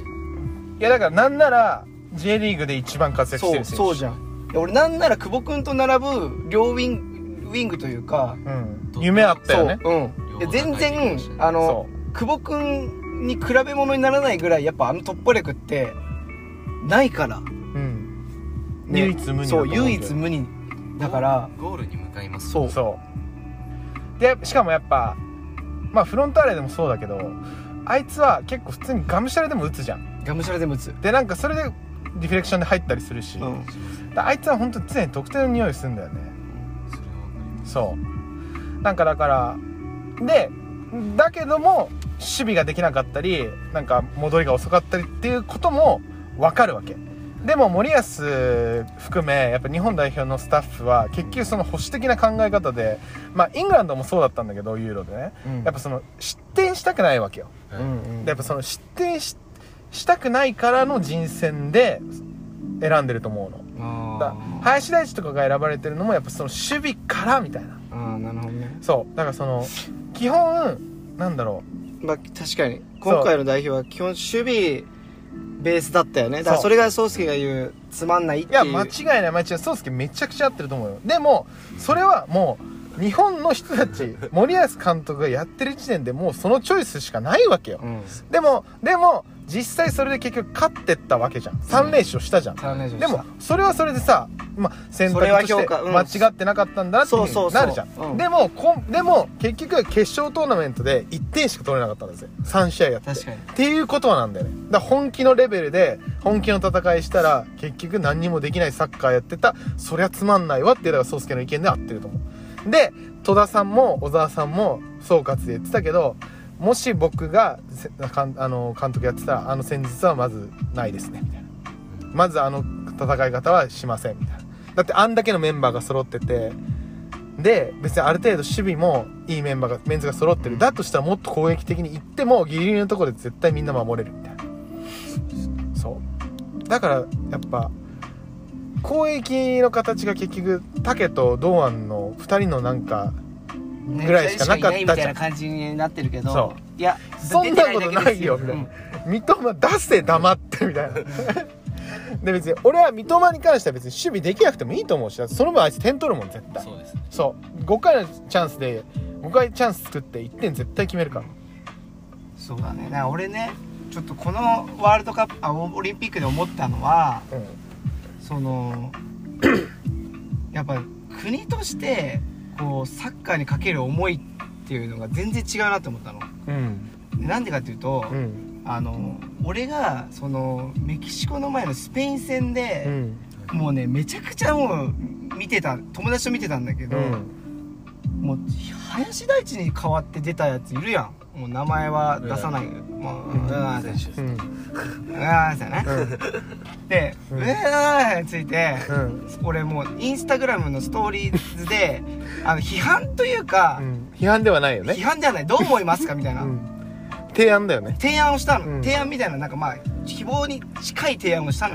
Speaker 1: いやだからなんなら J リーグで一番活躍して
Speaker 2: そう
Speaker 1: る選手
Speaker 2: そうじゃんいや俺なんなら久保君と並ぶ両ウィングウィングというか
Speaker 1: うん夢あったよね
Speaker 2: そううんで
Speaker 9: 両方
Speaker 2: 全
Speaker 9: 高いとこ
Speaker 2: 然
Speaker 9: でしたね
Speaker 2: あの
Speaker 1: そ
Speaker 2: 久保君に比べ物にならないぐらいやっぱあの突破力ってないから、
Speaker 1: ううん
Speaker 2: ね
Speaker 1: 唯一無二だと
Speaker 2: そ
Speaker 1: 思
Speaker 2: う
Speaker 1: うけど
Speaker 2: 唯一無二だから
Speaker 9: ゴールに向かいます
Speaker 2: そう
Speaker 1: そうでしかもやっぱまあフロンターレでもそうだけどあいつは結構普通にがむしゃらでも打つじゃん
Speaker 2: がむしゃらでも打つ
Speaker 1: でなんかそれでディフレクションで入ったりするし、
Speaker 2: うん
Speaker 1: だあいつは本当常に特定の匂いするんだよね
Speaker 9: それはわかりま
Speaker 1: そうなんかだからでだけども守備ができなかったりなんか戻りが遅かったりっていうことも分かるわけでも森保含めやっぱ日本代表のスタッフは結局その保守的な考え方で、まあ、イングランドもそうだったんだけどユーロでね、
Speaker 2: うん
Speaker 1: やっぱその失点したくないわけよ
Speaker 9: ぱ
Speaker 2: うんうん
Speaker 1: でやっぱその失点ししたくないからの人選で選んでると思うの
Speaker 2: あ
Speaker 1: だ
Speaker 2: ー
Speaker 1: 林大地とかが選ばれてるのもやっぱその守備からみたいな
Speaker 2: あーなるほどね
Speaker 1: そうだからその基本なんだろ
Speaker 2: まあ確かに今回の代表は基本守備ベースだったよねだから
Speaker 1: そう
Speaker 2: それが宗介が言うつまんないっ
Speaker 1: うい
Speaker 2: てい
Speaker 1: や
Speaker 2: う
Speaker 1: 間違いない間違いない宗介めちゃくちゃ合ってると思うよでもそれはもう日本の人たち森保監督がやってる時点でもうそのチョイスしかないわけよ
Speaker 2: うん
Speaker 1: でもでも実際それで結局勝ってったわけじゃん3連勝したじゃん
Speaker 2: ターンエージョン
Speaker 1: でもそれはそれでさ、まあ、選択
Speaker 2: それは
Speaker 1: とし
Speaker 2: 評
Speaker 1: て
Speaker 2: 価うん
Speaker 1: 間違ってなかったんだなっていう
Speaker 2: そうそうそう
Speaker 1: なるじゃん
Speaker 2: うん
Speaker 1: でもこんでも結局決勝トーナメントで1点しか取れなかったんですよ3試合やって
Speaker 2: 確かに
Speaker 1: っていうことはなんだよねだから本気のレベルで本気の戦いしたら結局何にもできないサッカーやってたそりゃつまんないわっていうのが宗介の意見で合ってると思うで戸田さんも小沢さんも総括で言ってたけどもし僕がせかんあの監督やってたらあの戦術はまずないですねみたいなまずあの戦い方はしませんみたいなだってあんだけのメンバーが揃っててで別にある程度守備もいいメンバーがメンズが揃ってる、だとしたらもっと攻撃的にいってもギリギリのところで絶対みんな守れるみたいなそうだからやっぱ攻撃の形が結局竹と堂安の2人のなんかぐらいしかなかったじゃん
Speaker 2: ね二人しかいないみたいな感じになってるけど
Speaker 1: そ
Speaker 2: いや
Speaker 1: そんなこと
Speaker 2: 出てだ
Speaker 1: な
Speaker 2: けで
Speaker 1: い
Speaker 2: す
Speaker 1: よみたいな
Speaker 2: うん
Speaker 1: 三笘出せ黙ってみたいなで別に俺は三笘に関しては別に守備できなくてもいいと思うしその分あいつ点取るもん絶対
Speaker 9: そうですね
Speaker 1: そう5回のチャンスで5回チャンス作って1点絶対決めるから
Speaker 2: そうだねだから俺ねちょっとこのワールドカップあオオリンピックで思ったのは
Speaker 1: う
Speaker 2: そのやっぱ国としてこうサッカーにかける思いっていうのが全然違うなと思ったの
Speaker 1: んうん
Speaker 2: でなんでかっていうと、
Speaker 1: うん
Speaker 2: あの俺がそのメキシコの前のスペイン戦
Speaker 1: う
Speaker 2: で、
Speaker 1: ん
Speaker 2: もうねめちゃくちゃもう見てた友達と見てたんだけど、もう林大地に代わって出たやついるやんもう名前は出さないまあう
Speaker 9: 選
Speaker 2: ん
Speaker 9: 手です
Speaker 1: うん
Speaker 2: うわーじゃないで「うわー」について
Speaker 1: うん
Speaker 2: 俺もうインスタグラムのストーリーズであの批判というか
Speaker 1: うん 批判ではないよ
Speaker 2: 批
Speaker 1: ね
Speaker 2: 判ではないどう思いますかみたいうなん
Speaker 1: 提案だよね
Speaker 2: 提案をした
Speaker 1: うん
Speaker 2: の提案みたいななんかまあ希望に近い提案をした
Speaker 1: うん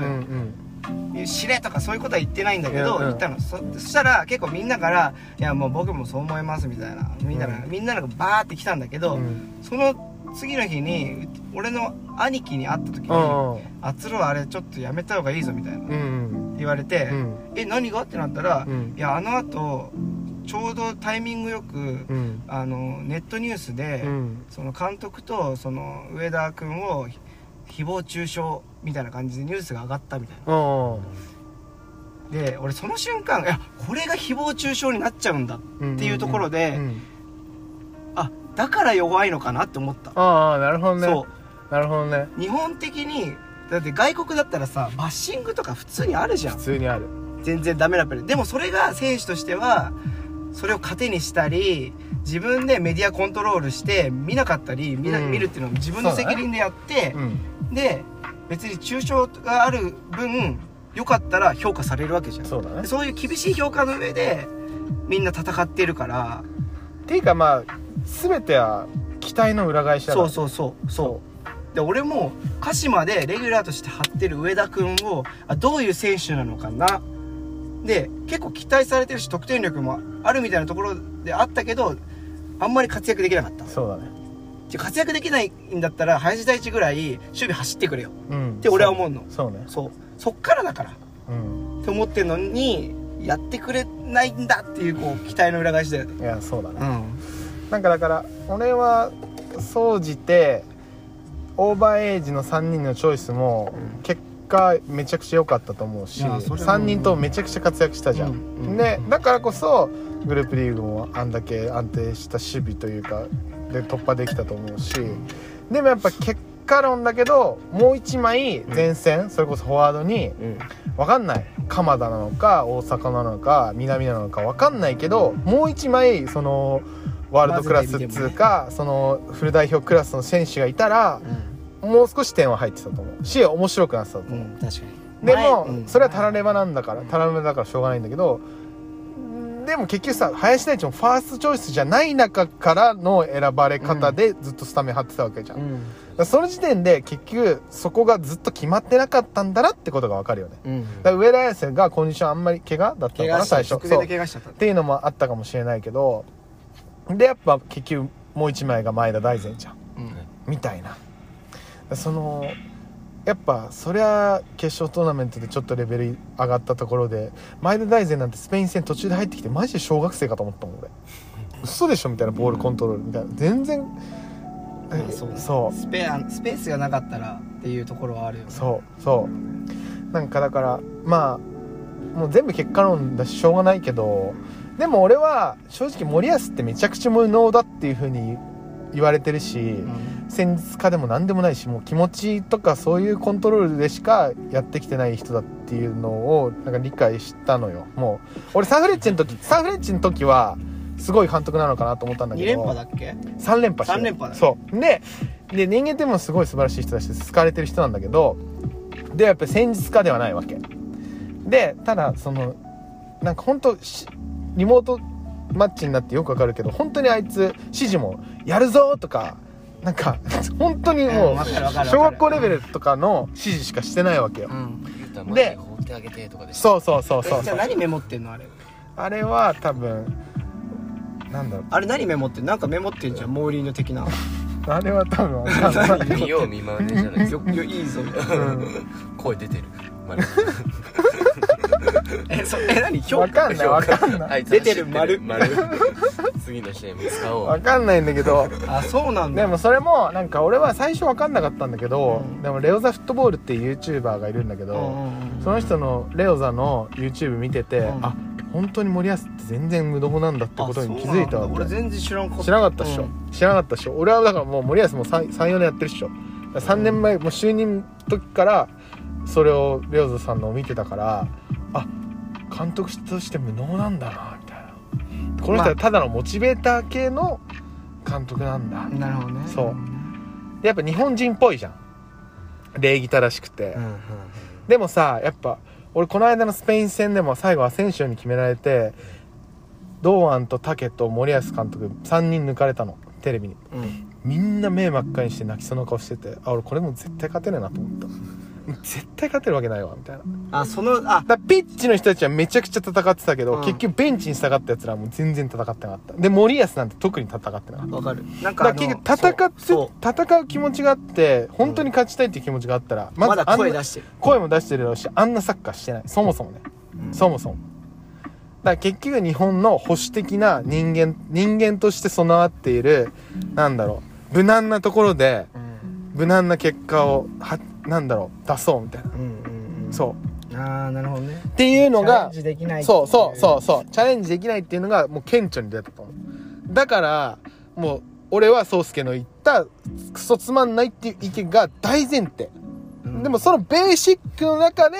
Speaker 2: のよ知れとかそういうことは言ってないんだけ
Speaker 1: う
Speaker 2: ど
Speaker 1: んうん
Speaker 2: 言ったのそそしたら結構みんなから「いやもう僕もそう思います」みたいなみんなが
Speaker 1: う
Speaker 2: みんながバーって来たんだけ
Speaker 1: う
Speaker 2: ど
Speaker 1: ん
Speaker 2: その次の日にう俺の兄貴に会った時に
Speaker 1: うん
Speaker 2: 「あつろあれちょっとやめた方がいいぞ」みたいな
Speaker 1: うん
Speaker 2: 言われて
Speaker 1: う
Speaker 2: 「
Speaker 1: ん
Speaker 2: え何が?」ってなった
Speaker 1: う
Speaker 2: ら「
Speaker 1: ん
Speaker 2: いやあのあとちょうどタイミングよく
Speaker 1: うん
Speaker 2: あのネットニュースで
Speaker 1: うん
Speaker 2: その監督とその上田君をひ誹謗中傷みたいな感じでニュースが上がったみたいな
Speaker 1: うん
Speaker 2: で俺その瞬間いやこれが誹謗中傷になっちゃうんだ
Speaker 1: っ
Speaker 2: っていうところであだから弱いのかなって思った
Speaker 1: ああなるほどね
Speaker 2: そ
Speaker 1: なるほどね
Speaker 2: う日本的にだって外国だったらさバッシングとか普通にあるじゃん
Speaker 1: 普通にある
Speaker 2: 全然ダメなプレーでもそれが選手としてはそれを糧にしたり自分でメディアコントロールして見なかったり見な、
Speaker 1: うん
Speaker 2: 見るっていうのを自分の責任でやって、
Speaker 1: うん
Speaker 2: で別に中傷がある分よかったら評価されるわけじゃん
Speaker 1: そうだね
Speaker 2: でそういう厳しい評価の上でみんな戦ってるから
Speaker 1: っていうかまあ全ては期待の裏返しだから
Speaker 2: そうそうそうそうで俺も鹿島でレギュラーとして張ってる上田君をあどういう選手なのかなで結構期待されてるし得点力もあるみたいなところであったけどあんまり活躍できなかった
Speaker 1: そうだね
Speaker 2: で活躍できないんだったら林大地ぐらい守備走ってくれよ
Speaker 1: うん
Speaker 2: って俺は思うの
Speaker 1: そうね
Speaker 2: そうそっからだから
Speaker 1: うん
Speaker 2: って思ってんのにやってくれないんだっていうこう期待の裏返しだよね
Speaker 1: いやそうだね
Speaker 2: ん
Speaker 1: なんかだから俺は総じてオーバーエイジの3人のチョイスも結果めちゃくちゃ良かったと思うし
Speaker 2: いやそれ
Speaker 1: 3
Speaker 2: は
Speaker 1: 人ともめちゃくちゃ活躍したじゃ
Speaker 2: うんうん
Speaker 1: ん、ね、だからこそグループリーグもあんだけ安定した守備というかで突破できたと思うしでもやっぱ結果カロンだけどもう一枚前線、それこそフォワードに
Speaker 2: うん
Speaker 1: 分かんない鎌田なのか大阪なのか南なのか分かんないけどもう一枚そのワールドクラスっつうか、そのフル代表クラスの選手がいたらもう少し点は入ってたと思うし面白くなってたと
Speaker 2: う
Speaker 1: 思う、
Speaker 2: ん確かに
Speaker 1: でも、
Speaker 2: 前うん
Speaker 1: それはタラレバなんだからタラレバだからしょうがないんだけどでも結局さ林大地もファーストチョイスじゃない中からの選ばれ方でずっとスタメン張ってたわけじゃん、
Speaker 2: うん
Speaker 1: だからその時点で結局そこがずっと決まってなかったんだなってことが分かるよね
Speaker 2: うん
Speaker 1: だから上田綺世がコンディションあんまり怪我だった
Speaker 2: 怪
Speaker 1: のか
Speaker 2: 我
Speaker 1: な
Speaker 2: し
Speaker 1: 最
Speaker 2: た
Speaker 1: 初
Speaker 2: 直
Speaker 1: そ
Speaker 2: 前
Speaker 1: う
Speaker 2: で怪我しちゃった
Speaker 1: っていうのもあったかもしれないけどでやっぱ結局もう一枚が前田大然じゃんみたいなそのやっぱそりゃ決勝トーナメントでちょっとレベル上がったところで前田大然なんてスペイン戦途中で入ってきてマジで小学生かと思ったもん俺嘘でしょみたいなボールコントロールみたいな全然
Speaker 2: うんそうね
Speaker 1: そう
Speaker 2: スペアスペースがなかったらっていうところはあるよね
Speaker 1: そうそうなんかだからまあもう全部結果論だししょうがないけどでも俺は正直森保ってめちゃくちゃ無能だっていうふうに言われてるし、
Speaker 2: うん
Speaker 1: 戦術家でも何でもないしもう気持ちとかそういうコントロールでしかやってきてない人だっていうのをなんか理解したのよもう俺サンフレッチェの時サンフレッチェの時はすごい監督なのかなと思ったんだけ
Speaker 2: 二
Speaker 1: ど
Speaker 2: 連覇だっけ
Speaker 1: 3連覇してる
Speaker 2: 三連覇だね
Speaker 1: そうでで人間ってもうすごい素晴らしい人だし好かれてる人なんだけどでやっぱ戦術家ではないわけでただそのなんか本当しリモートマッチになってよくわかるけど本当にあいつ指示も「やるぞ!」とかなんか 本当にも
Speaker 2: うん
Speaker 1: う
Speaker 2: わかるわかる
Speaker 1: 小学校レベルとかの指示しかしてないわけよ
Speaker 2: うん
Speaker 9: 言うたら
Speaker 1: で
Speaker 9: 前に放ってあげてとかで
Speaker 1: そうそうそうそう
Speaker 2: えじゃあ何メモってんのあれ
Speaker 1: あれは多分なんだろう
Speaker 2: あれ何メモってんのなんかメモってんじゃんモーリーの的な
Speaker 1: あれは多分わかんない
Speaker 9: 見よう見まねじゃないです
Speaker 2: よ
Speaker 9: よ
Speaker 2: よいいぞみたいな
Speaker 9: 声出てる
Speaker 2: えそえ何評
Speaker 1: わ
Speaker 2: 価
Speaker 1: かんないわかんない
Speaker 9: あいつ
Speaker 2: 出てる丸
Speaker 9: 丸次の試合も使お
Speaker 1: わ
Speaker 9: う
Speaker 1: かんないんだけど
Speaker 2: あそうなんだ
Speaker 1: でもそれもなんか俺は最初分かんなかったんだけど、
Speaker 2: うん
Speaker 1: でもレオザフットボールっていう YouTuber がいるんだけ
Speaker 2: うん
Speaker 1: ど、
Speaker 2: うんうん
Speaker 1: その人のレオザの YouTube 見てて、
Speaker 2: うん
Speaker 1: あ本当に森保って全然無能なんだってことに気づいた
Speaker 2: あそうなんだ
Speaker 1: わ
Speaker 2: 俺
Speaker 1: け
Speaker 2: 全然知らんかった
Speaker 1: 知らなかったっしょ、
Speaker 2: うん
Speaker 1: 知らなかったっしょ俺はだからもう森保も34年やってるっしょ3年前、もう就任時からそれをレオザさんのを見てたからあ監督として無能なんだなみたいなこの人はただのモチベーター系の監督なんだ、
Speaker 2: なるほどね
Speaker 1: そうんでやっぱ日本人っぽいじゃん礼儀正しくて、
Speaker 2: うん
Speaker 1: でもさやっぱ俺この間のスペイン戦でも最後アセンシオに決められて堂安と武と森保監督3人抜かれたのテレビに
Speaker 2: うん
Speaker 1: みんな目真っ赤にして泣きそうな顔しててあ俺これもう絶対勝てねえなと思った絶対勝てるわけないわみたいなだか
Speaker 2: あそのあ
Speaker 1: らピッチの人たちはめちゃくちゃ戦ってたけど、
Speaker 2: うん
Speaker 1: 結局ベンチに下がったやつらはもう全然戦ってなかったで森保なんて特に戦ってなかった
Speaker 2: わかるなんか
Speaker 1: だ
Speaker 2: あ
Speaker 1: か
Speaker 2: の
Speaker 1: ら結局
Speaker 2: そう
Speaker 1: 戦って戦う気持ちがあって本当に勝ちたいっていう気持ちがあったら、
Speaker 2: まだ
Speaker 1: あんな
Speaker 2: 声出してる
Speaker 1: 声も出してるだろうしあんなサッカーしてないそもそもね、そもそもだから結局日本の保守的な人間人間として備わっているなんだろう無難なところで無難な結果をはなんだろう出そうみたいな
Speaker 2: うんうんうん
Speaker 1: そう
Speaker 2: ああなるほどね
Speaker 1: うっていうのが
Speaker 2: チャレンジできない
Speaker 1: そうそうそうそうチャレンジできないっていうのがもう顕著に出たと思うだからもう俺は宗介の言ったクソつまんないっていう意見が大前提、でもそのベーシックの中で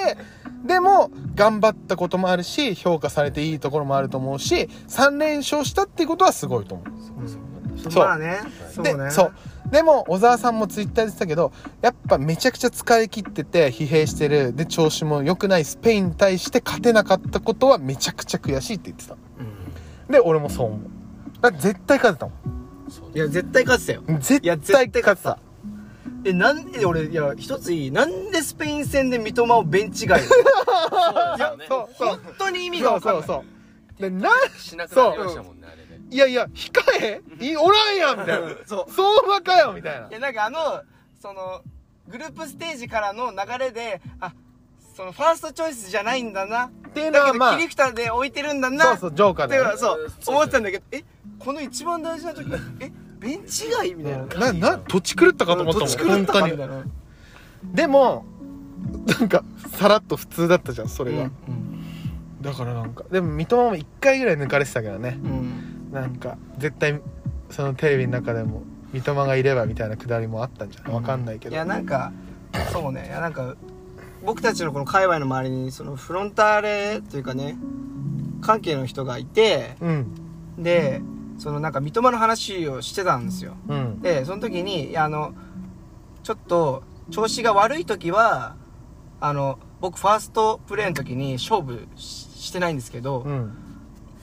Speaker 1: でも頑張ったこともあるし評価されていいところもあると思うし3連勝したっていうことはすごいと思うそう
Speaker 2: まあねそう
Speaker 1: で
Speaker 2: ね
Speaker 1: そうでも小沢さんもツイッターで言ってたけどやっぱめちゃくちゃ疲れ切ってて疲弊してるで調子も良くないスペインに対して勝てなかったことはめちゃくちゃ悔しいって言ってた、で俺もそう思うだって絶対勝てたも
Speaker 2: いや絶対勝ってたよ
Speaker 1: ん絶
Speaker 2: いや
Speaker 1: 対
Speaker 2: 絶対
Speaker 1: 勝
Speaker 2: 勝
Speaker 1: てた
Speaker 2: ってたえなんで俺いや一ついいなんでスペイン戦で三笘をベンチ 外いや
Speaker 1: そうそう
Speaker 2: 本当に意味が分かんない
Speaker 1: そうそうでなん
Speaker 9: しなくなりましたもんねあれで
Speaker 1: いやいや控えいおらんやんみたいな
Speaker 2: そう
Speaker 1: 相馬かよみたいない
Speaker 2: やなんかあのそのグループステージからの流れであそのファーストチョイスじゃないんだな
Speaker 1: っていうの
Speaker 2: だ
Speaker 1: は
Speaker 2: け
Speaker 1: ま
Speaker 2: ど
Speaker 1: あ
Speaker 2: 切り蓋で置いてるんだな
Speaker 1: そうそうジョーカー
Speaker 2: だ
Speaker 1: だ
Speaker 2: か
Speaker 1: よね
Speaker 2: らそう思ってたんだけどえこの一番大事な時えベンチ外みたい
Speaker 1: な
Speaker 2: な
Speaker 1: な土地狂ったかと思ったもん
Speaker 2: どっち狂ったか
Speaker 1: 本当
Speaker 2: み
Speaker 1: に
Speaker 2: たいな
Speaker 1: でもなんかさらっと普通だったじゃんそれが、
Speaker 2: うん
Speaker 1: だからなんかでも三笘も1回ぐらい抜かれてたけどね
Speaker 2: うん
Speaker 1: なんか絶対そのテレビの中でも三笘がいればみたいなくだりもあったんじゃないわかんないけ
Speaker 2: い
Speaker 1: ど
Speaker 2: やなんかそうねいやなんか僕たちのこの界隈の周りにそのフロンターレというかね関係の人がいて
Speaker 1: うん
Speaker 2: でそのなんか三笘の話をしてたんですよ
Speaker 1: うん
Speaker 2: でその時にいやあのちょっと調子が悪い時はあの僕ファーストプレーの時に勝負ししてないんですけど、
Speaker 1: うん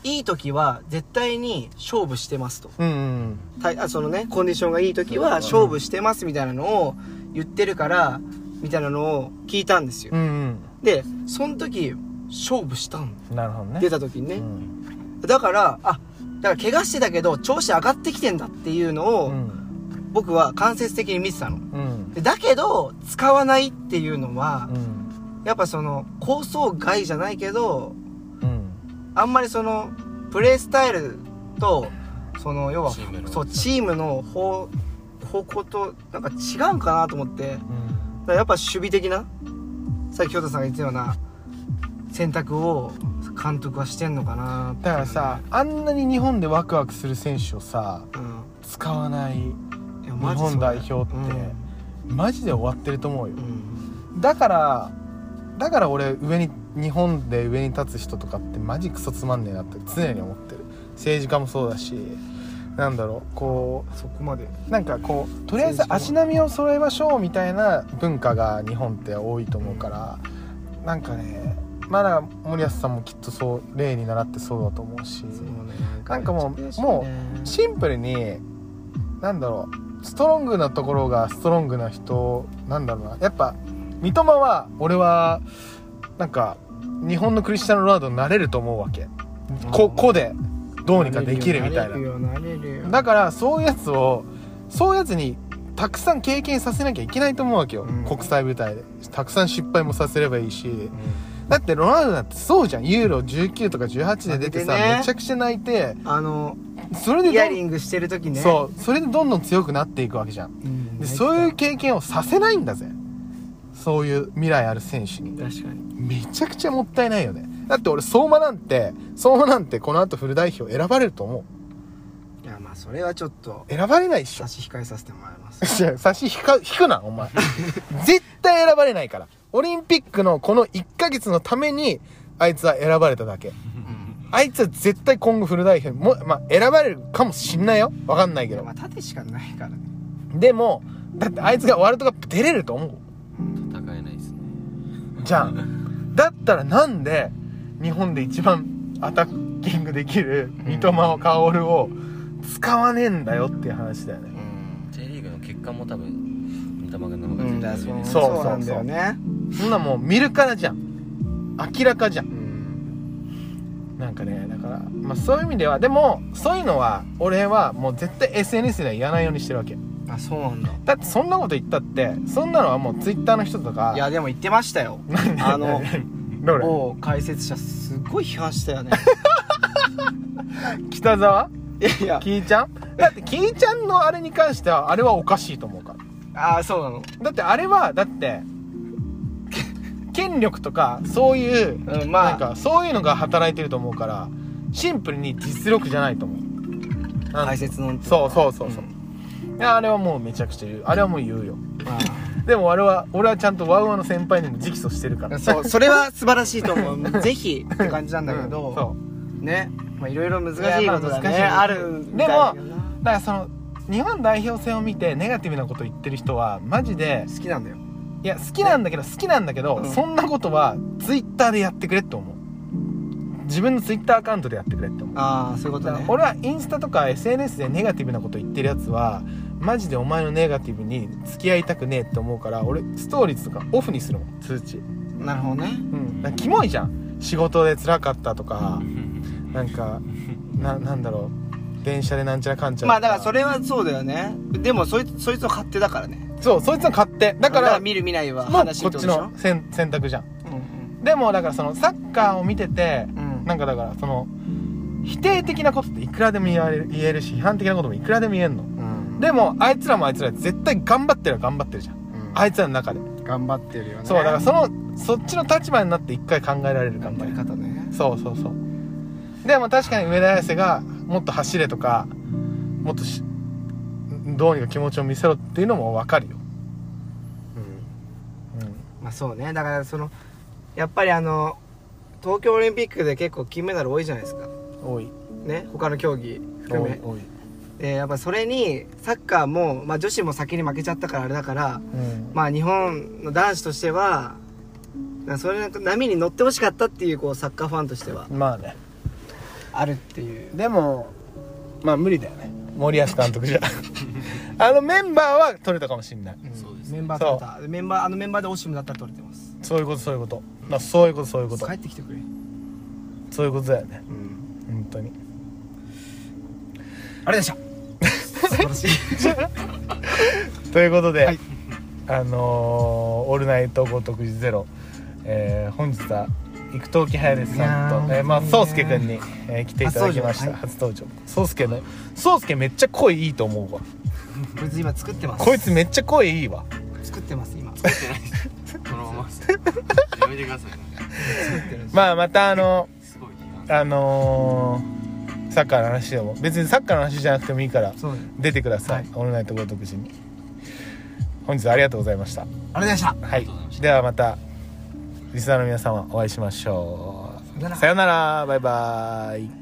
Speaker 2: いい時は絶対に勝負してますと
Speaker 1: うんうん
Speaker 2: たあそのねコンディションがいい時は勝負してますみたいなのを言ってるからみたいなのを聞いたんですよ、
Speaker 1: うんうん
Speaker 2: でその時勝負したん
Speaker 1: なるほどね
Speaker 2: 出た時にね、
Speaker 1: うん
Speaker 2: だからあだから怪我してたけど調子上がってきてんだっていうの
Speaker 1: う
Speaker 2: を
Speaker 1: ん
Speaker 2: 僕は間接的に見てたの
Speaker 1: うん
Speaker 2: でだけど使わないっていうのは
Speaker 1: うん
Speaker 2: やっぱその構想外じゃないけど
Speaker 1: うん
Speaker 2: あんまりそのプレースタイルとその要は
Speaker 8: チームの
Speaker 2: そうチームの方方向となんか違うんかなと思ってだからやっぱ守備的なさっき京太さんが言ってたような選択を監督はしてんのかなって
Speaker 1: だからさあんなに日本でワクワクする選手をさ
Speaker 2: うん
Speaker 1: 使わない
Speaker 2: いや
Speaker 1: 日
Speaker 2: マジそう
Speaker 1: 本代表ってマジで終わってると思うよだからだから俺上に日本で上に立つ人とかってマジクソつまんねえなって常に思ってる政治家もそうだしなんだろうこう
Speaker 2: そこまで
Speaker 1: なんかこうとりあえず足並みを揃えましょうみたいな文化が日本って多いと思うからなんかねまだ森保さんもきっとそう例に倣ってそうだと思うしなんかもうも
Speaker 2: う
Speaker 1: シンプルになんだろうストロングなところがストロングな人なんだろうなやっぱ三笘は俺はなんか日本のクリスチャン・ロナウドになれると思うわけここでどうにかできるみたいな
Speaker 2: なれるよ
Speaker 1: だからそういうやつをそういうやつにたくさん経験させなきゃいけないと思うわけよ、
Speaker 2: うん
Speaker 1: 国際舞台でたくさん失敗もさせればいいし、だってロナウドだってそうじゃんユーロ19とか18で出てさ、
Speaker 2: 出てね
Speaker 1: めちゃくちゃ泣いて
Speaker 2: あの
Speaker 1: それで
Speaker 2: イ
Speaker 1: ど
Speaker 2: ヤ
Speaker 1: ん
Speaker 2: リングしてる時ね
Speaker 1: そうそれでどんどん強くなっていくわけじゃん
Speaker 2: うん
Speaker 1: でそういう経験をさせないんだぜそういう未来ある選手に
Speaker 2: 確かに
Speaker 1: めちゃくちゃもったいないよねだって俺相馬なんて相馬なんてこの後フル代表選ばれると思う
Speaker 2: いやまあそれはちょっと
Speaker 1: 選ばれないっしょ
Speaker 2: 差し控えさせてもらいます
Speaker 1: いや差し引か引くなお前 絶対選ばれないからオリンピックのこの1ヶ月のためにあいつは選ばれただけあいつは絶対今後フル代表にも、まあ、選ばれるかもしんないよわかんないけど
Speaker 2: まあ縦しかないからね
Speaker 1: でもだってあいつがワールドカップ出れると思う
Speaker 9: 戦えないですね
Speaker 1: じゃんだったらなんで日本で一番アタッキングできる三笘薫を使わねえんだよっていう話だよね
Speaker 9: J リーグの結果も多分三笘が生が
Speaker 2: うんだ
Speaker 9: 絶対上です
Speaker 1: そうそう
Speaker 2: なんだよね
Speaker 1: そんなもう見るからじゃん明らかじゃんなんかねだから、まあ、そういう意味ではでもそういうのは俺はもう絶対 SNS では言わないようにしてるわけ
Speaker 2: あそうなんだ
Speaker 1: だってそんなこと言ったってそんなのはもう Twitter の人とか
Speaker 2: いやでも言ってまし たよあの
Speaker 1: どれ
Speaker 2: 某解説者すっごい批判し たよね
Speaker 1: 北沢
Speaker 2: いやいや
Speaker 1: キイちゃんだってキイちゃんのあれに関してはあれはおかしいと思うから
Speaker 2: ああそうなの
Speaker 1: だってあれはだってけ権力とかそういう、
Speaker 2: うんまあ
Speaker 1: なんかそういうのが働いてると思うからシンプルに実力じゃないと思うなん
Speaker 2: 解説の
Speaker 1: そうそうそうそう、
Speaker 2: う
Speaker 1: いやあれはもうめちゃくちゃ言うあれはもう言うよ
Speaker 2: ま
Speaker 1: でも俺は俺はちゃんとワウワウの先輩にも直訴してるか
Speaker 2: あ
Speaker 1: ら
Speaker 2: そうそれは素晴らしいと 思うぜひって感じなんだけ
Speaker 1: うん
Speaker 2: ど
Speaker 1: そ
Speaker 2: ねまあいろいろ難し
Speaker 1: うい
Speaker 2: い
Speaker 1: やま
Speaker 2: こ
Speaker 1: あ
Speaker 2: とが
Speaker 1: 難しい
Speaker 2: ねあるみたいだけどな
Speaker 1: うだからその日本代表戦を見てネガティブなこと言ってる人はマジで
Speaker 2: 好きなんだよ
Speaker 1: いや好きなんだけど好きなんだけど、
Speaker 2: うん
Speaker 1: そんなことはツイッターでやってくれって思う自分のツイッターアカウントでやってくれって思う
Speaker 2: ああそういうこと
Speaker 1: だから
Speaker 2: ね
Speaker 1: 俺はインスタとか SNS でネガティブなこと言ってるやつはマジでお前のネガティブに付き合いたくねえって思うから俺ストーリーズとかオフにするもん通知
Speaker 2: なるほどね
Speaker 1: うん、なんかキモいじゃん仕事で辛かったとかなんかななんだろう電車でなんちゃらかんちゃら
Speaker 2: まあだからそれはそうだよねでもそいつそいつの勝手だからね
Speaker 1: そうそいつの勝手だ
Speaker 2: だ
Speaker 1: か
Speaker 2: から
Speaker 1: も
Speaker 2: ら見る見ないは
Speaker 1: う
Speaker 2: 話
Speaker 1: こ
Speaker 2: っ
Speaker 1: ってち
Speaker 2: ことでしょ
Speaker 1: の選選択じゃん
Speaker 2: うん
Speaker 1: でもだからそのサッカーを見てて
Speaker 2: うん
Speaker 1: なんかだからその否定的なことっていくらでも言われる言えるし批判的なこともいくらでも言えんの
Speaker 2: うん
Speaker 1: でもあいつらもあいつらで絶対頑張ってるは頑張ってるじゃん
Speaker 2: うん
Speaker 1: あいつらの中で
Speaker 2: 頑張ってるよね
Speaker 1: そうだからそのそっちの立場になって一回考えられるか
Speaker 2: 頑
Speaker 1: みた
Speaker 2: 張
Speaker 1: い
Speaker 2: り
Speaker 1: な
Speaker 2: 方ね
Speaker 1: そうそうそうでも確かに上田綺世がもっと走れとかもっとしどうにか気持ちを見せろっていうのも分かるよ、
Speaker 2: うん
Speaker 1: うん、
Speaker 2: まあそうねだからそのやっぱりあの東京オリンピックで結構金メダル多いじゃないですか
Speaker 1: 多い
Speaker 2: ね他の競技含
Speaker 1: 多
Speaker 2: め
Speaker 1: い多い、
Speaker 2: でやっぱそれにサッカーも、まあ、女子も先に負けちゃったからあれだから
Speaker 1: うん
Speaker 2: まあ日本の男子としてはなそれなんか波に乗ってほしかったっていうこうサッカーファンとしては
Speaker 1: まあね
Speaker 2: あるっていう
Speaker 1: でもまあ無理だよね森保監督じゃ あのメンバーは取れたかもしれない、
Speaker 8: そうですね
Speaker 2: メンバー取れたメンバーあのメンバーでオシムだったら取れてます
Speaker 1: そういうことそういうことだからそういうことそういうこと
Speaker 2: 帰ってきてくれ
Speaker 1: そういうことだよね
Speaker 2: うん
Speaker 1: 本当に
Speaker 2: あれ でした素晴らしい
Speaker 1: ということで、
Speaker 2: はい
Speaker 1: あのーオールナイトごとくじゼロ」えー本日は生藤木隼人さん
Speaker 2: い
Speaker 1: と、
Speaker 2: やー
Speaker 1: えーまあ、
Speaker 2: 本当に
Speaker 1: 宗
Speaker 2: ね
Speaker 1: 介君に、えー来ていただきました初
Speaker 2: 初
Speaker 1: 登場宗介、ね宗介めっちゃ声いいと思うわ
Speaker 2: こいつ今作ってます
Speaker 1: こいつめっちゃ声いいわ
Speaker 2: 作ってます今
Speaker 9: 作ってないですそのままやめてください
Speaker 2: 作ってるんです
Speaker 1: まあまたあの
Speaker 9: すごい批判
Speaker 1: あのーサッカーの話でも別にサッカーの話じゃなくてもいいから
Speaker 2: そうね
Speaker 1: 出てください、
Speaker 2: はい
Speaker 1: オールナイトごとくじに本日はありがとうございました
Speaker 2: あれでした
Speaker 1: はい、ではまたリスナーの皆様お会いしましょう
Speaker 2: なら
Speaker 1: さよならバイバイ